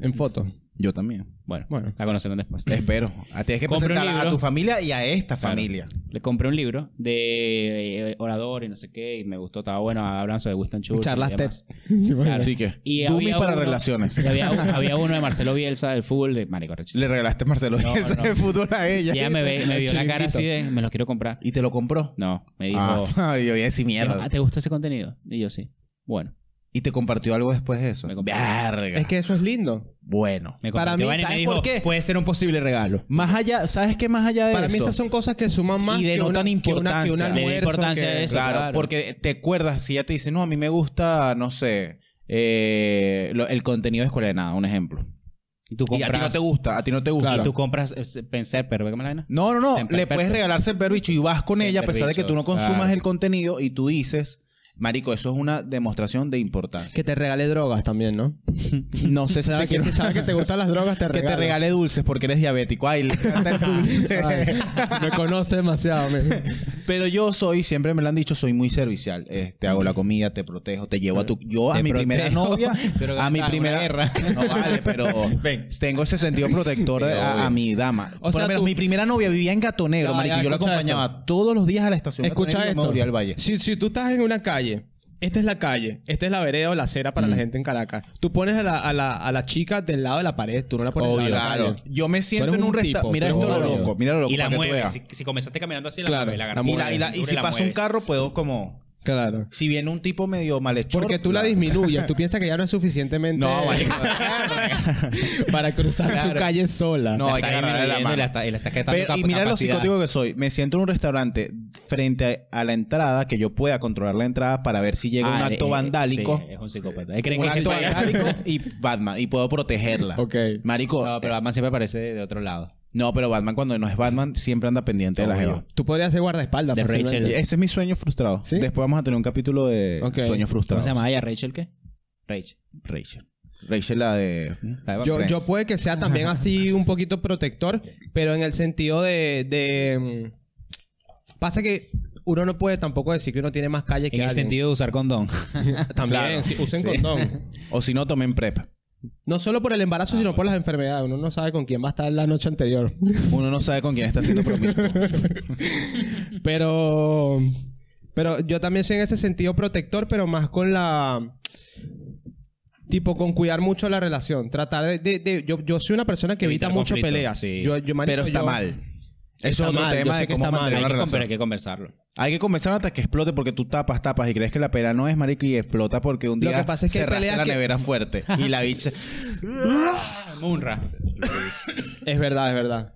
F: En foto.
D: Yo también.
E: Bueno,
F: Bueno.
E: la conocerán después.
D: Espero. Ah, Tienes que
E: Compra un
D: presentarla a
E: libro.
D: tu familia y a esta
E: Claro.
D: familia.
E: Le compré un libro de eh, orador y no sé qué, y me gustó, estaba bueno, hablan sobre Winston Churchill. y
F: Charlas
E: demás.
F: TED.
E: Claro.
D: Así que,
E: Y
D: dummies
E: había
D: para
E: uno-
D: relaciones.
E: y
D: [laughs]
E: había, un- había uno de Marcelo Bielsa del fútbol de Marico rechísimo.
D: Le regalaste a Marcelo
E: No,
D: ese
E: no.
D: futuro a ella.
E: Y ella me, ve- me vio la cara
F: Chiringuito.
E: así de, me los quiero comprar.
D: ¿Y te lo compró?
E: No, me dijo,
D: Ah, [laughs] yo voy a decir
E: "Ah,
D: mierda.
E: ¿te gustó ese contenido? Y yo sí. Bueno,
D: Y te compartió algo después de eso.
E: Me compartió.
D: Verga.
F: Es que eso es lindo.
D: Bueno.
E: me
F: Para
E: compartió
F: mí,
E: vaina y me
F: ¿sabes
E: dijo,
F: por qué?
E: puede ser un posible regalo.
D: Más allá, ¿sabes qué más allá de
F: Para
D: eso?
F: mí esas son cosas que suman más
D: Y
F: que
D: denotan
F: una- que una- que un
D: importancia.
E: Le
D: Le
E: di
F: almuerzo,
E: importancia
F: que-
E: a eso.
D: Claro, porque te acuerdas, si ya te dice, no, a mí me gusta, no sé, eh, lo- el contenido de escuela de nada, un ejemplo.
E: Y tú
D: Y a ti no
E: compras-
D: te gusta, a ti no te gusta.
E: y tú compras eh, pensar, pero ¿cómo es la vaina?
D: No, no, no,
E: Semper
D: le puedes
E: Perpetuo.
D: regalar semperbicho y vas con ella a pesar de que tú no
E: Semperbicho,
D: consumas
E: claro.
D: el contenido y tú dices, marico, eso es una demostración de importancia.
F: Que te regale drogas también, ¿no?
D: no sé si te
F: Sabes que,
D: quiero-
F: si sabes [laughs] que te gustan las drogas,
D: [laughs]
F: te
D: que te
F: regalo.
D: regale dulces porque eres diabético. Ay, le encanta el dulce.
F: Ay, me conoce demasiado, amigo.
D: Pero yo soy, siempre me lo han dicho, soy muy servicial. Eh, te hago la
F: Mm.
D: comida, te protejo, te llevo a tu... Yo a
E: Te
D: mi primera
E: protejo.
F: [laughs]
D: novia,
E: Pero
D: a
E: gasta
D: mi
E: una
D: primera...
E: guerra.
D: [laughs] No vale, pero tengo ese sentido
F: [laughs]
D: protector de- a, a mi dama.
F: O
D: Por
F: sea,
D: lo menos
F: tú-
D: mi primera novia vivía en Gato Negro,
F: Ya,
D: marico.
F: ya,
D: yo la
F: escucha
D: acompañaba todos los días a la estación Gato
F: Escucha
D: Negro y me
F: esto.
D: volvía al valle.
F: Si, si tú estás en una calle, esta es la calle, esta es la vereda o la acera para la gente en Caracas. Tú pones a la, a, la, a la chica del lado de la pared, tú no la pones
E: Obvio,
F: al lado de la
D: Claro,
F: calle.
D: yo me siento
F: eres
D: en un
F: un tipo,
D: restaurante. Mira
F: tú
D: esto
F: eres
D: lo
F: un tipo.
D: loco, mira lo loco.
E: Y la
D: para que tú
E: mueves.
D: veas.
E: Si, si comenzaste caminando así, la
F: Claro,
E: mueves, la
F: la
E: agarras.
D: Y, la- y la- y
E: Seguro
D: si
E: la
D: pasa un
E: mueves.
D: carro, puedo como.
F: Claro.
D: Si viene un tipo medio malhechor.
F: Porque tú la disminuyes, tú piensas que ya no es suficientemente
D: No, marico.
F: [laughs] para cruzar su
E: Claro.
F: calle sola.
D: No, hay que
E: Está
D: agarrarle la
E: disminuyendo
D: mano.
E: y está- y la está quitando
D: Pero- y
E: cap-
D: mira lo
E: capacidad.
D: psicótico que soy. Me siento en un restaurante frente a, a la entrada, que yo pueda controlar la entrada para ver si llega un
E: Ah,
D: acto
E: eh, eh,
D: vandálico.
E: sí, es un psicópata. Él cree
D: un
E: que es el
D: acto
E: Batman.
D: vandálico
E: [laughs]
D: y Batman. Y puedo protegerla.
F: Ok.
D: Marico. eh,
E: No, pero Batman siempre aparece de otro lado.
D: Batman cuando no es Batman siempre anda pendiente de la
E: Obvio.
D: jeva.
F: Tú podrías ser guardaespaldas.
E: De
F: fácilmente.
E: Rachel.
D: Y Ese es mi sueño frustrado.
F: ¿Sí?
D: Después vamos a tener un capítulo de
F: Ok.
D: sueños
E: ¿Cómo
D: frustrados.
E: se llama ella? ¿Rachel qué? Rachel.
D: Rachel. Rachel la de...
E: La de
F: Yo,
D: Friends.
F: yo puede que sea también así un poquito protector, pero en el sentido de, de, mm, pasa que uno no puede tampoco decir que uno tiene más calle que
E: En el
F: alguien.
E: sentido de usar condón.
F: también
D: Claro.
F: sí, usen
D: Sí.
F: condón.
D: O si no, tomen prep.
F: No solo por el embarazo, sino por las enfermedades. Uno no sabe con quién va a estar la noche anterior.
D: Uno no sabe con quién está haciendo
F: [laughs]
D: promiscuo.
F: Pero pero yo también soy en ese sentido protector, pero más con la tipo con cuidar mucho la relación, tratar de, de- de- yo, yo soy una persona que evita
E: Evitar
F: mucho
E: conflicto,
F: peleas.
E: sí.
F: Yo- yo, marico,
D: Pero está
F: yo-
D: mal. Eso es
F: Está
D: otro
F: mal, yo
D: tema
F: sé
D: de
F: que
D: cómo
F: está mal.
D: mantener
E: Hay
D: una
E: que, con-
D: relación.
E: pero hay que conversarlo.
D: Hay que comenzar hasta que explote porque tú tapas, tapas y crees que la pera no es marico y explota porque un
F: Lo
D: día
F: que pasa es que hay
D: cerraste
F: peleas
D: la
F: que-
D: nevera
F: [laughs]
D: fuerte y la bicha.
E: Munra.
F: Es verdad, es verdad.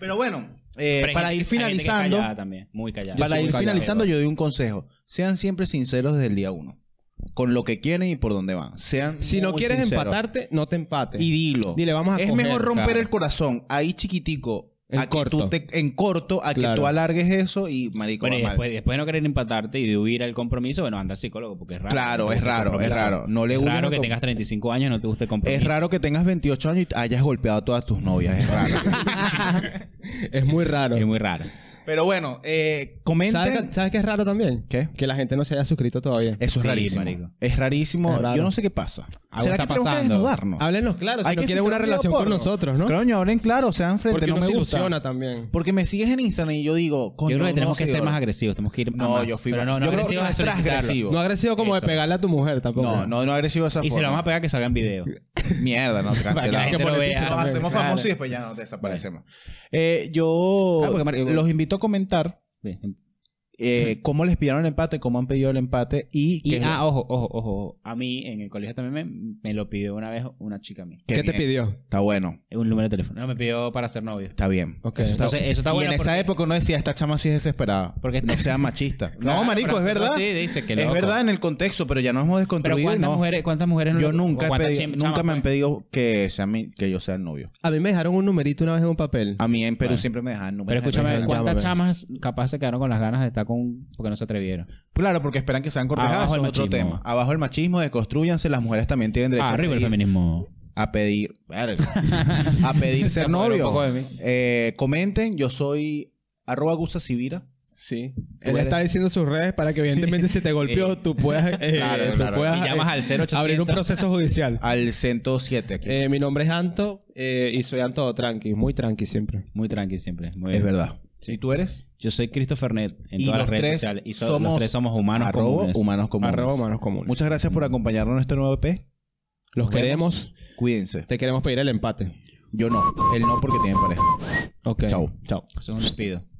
D: Pero bueno, eh,
E: Pero hay gente-
D: para ir
E: hay gente que es
D: finalizando,
E: callada también, muy callada.
D: para
F: soy
D: ir
F: muy callado,
D: finalizando yo doy un consejo. Sean siempre sinceros desde el día uno. Con lo que quieren y por dónde van. Sean
F: Si no
D: muy
F: quieres
D: sinceros.
F: empatarte, no te empates.
D: Y dilo.
F: Dile, vamos a
D: Es
F: coger,
D: mejor romper
F: claro.
D: el corazón ahí chiquitico.
F: En
D: a que
F: corto.
D: tú te- en corto, a
F: Claro.
D: que tú alargues eso y marico
E: Bueno,
D: va
E: y
D: mal.
E: después, después de no querer empatarte y de huir al compromiso, bueno, anda al psicólogo porque es raro.
D: Claro,
E: No te
D: es
E: gusta el
D: raro, es
E: compromiso.
D: raro. No le
E: Es
D: huyas
E: raro
D: al
E: que
D: com-
E: tengas 35 años y no te guste el compromiso.
D: Es raro que tengas 28 años y hayas golpeado a todas tus novias. Es raro.
F: [laughs] [laughs] Es muy raro.
E: Es muy raro.
D: Pero bueno, eh, comenten.
F: ¿Sabes, que- sabes qué es raro también?
D: ¿Qué?
F: Que la gente no se haya suscrito todavía.
D: Eso es
E: Sí,
D: rarísimo.
E: marico.
D: Es rarísimo.
F: Es raro.
D: Yo no sé qué pasa.
E: Algo
D: ¿Será
E: está
D: que tenemos que
E: pasando.
D: desnudarnos?
F: Háblenos claro, si
D: Hay
F: no
D: que
F: quieren
D: filtrar
F: una
D: un
F: relación
D: video
F: con
D: porno.
F: nosotros, ¿no?
D: Coño, hablen claro, sean frente,
F: Porque
D: no
F: uno
D: me
F: se
D: gusta.
F: ilusiona también.
D: Porque me sigues en Instagram y yo digo, coño,
E: yo creo que
D: no,
E: tenemos que ser
D: seguidores.
E: más agresivos, tenemos que ir a
D: No,
E: más.
D: yo fui
E: Pero
D: más-
E: no, no
D: yo creo
E: agresivos
D: que
E: a
D: es
E: solicitarlo.
D: transgresivo.
F: No agresivo como
E: Eso.
F: de pegarle a tu mujer tampoco.
D: No, no, no agresivo de esa
E: Y
D: forma.
E: se lo vamos a pegar que salga en
D: [laughs]
E: video.
D: Mierda,
E: [laughs]
D: no,
E: Para que la
D: cancelado.
E: gente lo vea.
D: Nos hacemos
F: Claro.
D: famosos y después ya nos desaparecemos. Eh, yo
E: Ah, porque, Mar-
D: los invito a comentar
E: Bien.
D: eh, cómo les pidieron el empate, cómo han pedido el empate y...
E: Y,
D: qué-
E: ah, ojo, ojo, ojo. A mí en el colegio también me, me lo pidió una vez una chica a mí.
F: ¿Qué, te
D: bien.
F: pidió?
D: Está bueno,
E: Un número de teléfono. No, me pidió para ser novio.
D: está bien.
F: Ok.
D: Eso está-
E: Entonces, eso está
D: y
E: bueno
D: en esa
E: porque-
D: época uno decía, esta chama sí es desesperada.
E: Porque-
D: Porque no
E: [laughs]
D: sea machista.
E: Claro,
D: no, marico,
E: pero
D: es verdad.
E: sí, dice que
D: es
E: loco.
D: verdad en el contexto, pero ya nos hemos
E: Pero
D: desconstruido. y
E: ¿cuántas
D: no.
E: mujeres, cuántas mujeres no
D: Yo
E: lo-
D: nunca, he
E: cuántas
D: pedido-
E: chim-
D: nunca
E: chamas,
D: me han
E: pues?
D: pedido que, sea mi- que yo sea el novio.
F: A mí me dejaron un numerito una vez en un papel.
D: A mí en Perú
E: Bueno.
D: siempre me dejan números.
E: Pero escúchame,
F: Llama,
E: ¿cuántas
F: llama.
E: chamas capaz se quedaron con las ganas de estar con... porque no se atrevieron?
D: Claro, porque esperan que sean cortejadas.
E: Abajo
D: Eso
E: el
D: es otro
E: machismo.
D: tema. Abajo el machismo, desconstruyanse. Las mujeres también tienen derecho a
E: Ah, arriba el
D: pedir.
E: feminismo.
D: a pedir,
E: [laughs]
D: verga, a pedir
E: Se
D: ser
E: apoderó un
D: novio.
E: poco de mí.
D: Eh, comenten, yo soy arroba gusasivira.
F: Sí.
D: Tú
F: Él
D: eres-
F: está diciendo sus redes para que evidentemente si te golpeó tú puedas, eh,
D: [laughs] Claro,
F: tú
D: claro.
F: puedas,
D: Y llamas
F: eh,
D: al 0800.
F: abrir un proceso judicial.
D: al 107 [laughs] aquí.
F: Eh, mi nombre es Anto eh, y soy Anto Tranqui, muy tranqui siempre.
E: Muy tranqui siempre. Muy
D: es verdad. ¿Y tú eres?
E: Yo soy Christopher Net en
D: Y
E: todas las
D: los
E: redes
D: tres
E: sociales. Y so-
D: somos
E: los tres somos humanos
D: arroba
E: comunes. Mm.
D: humanos comunes.
F: Arroba Manos Comunes.
D: Muchas gracias por acompañarnos en este nuevo EP.
F: Los
D: Nos vemos.
F: queremos.
D: Cuídense.
F: Te queremos pedir el empate.
D: Yo no. Él no porque tiene pareja.
F: Ok.
D: Chao.
E: Chao. Eso es un despido.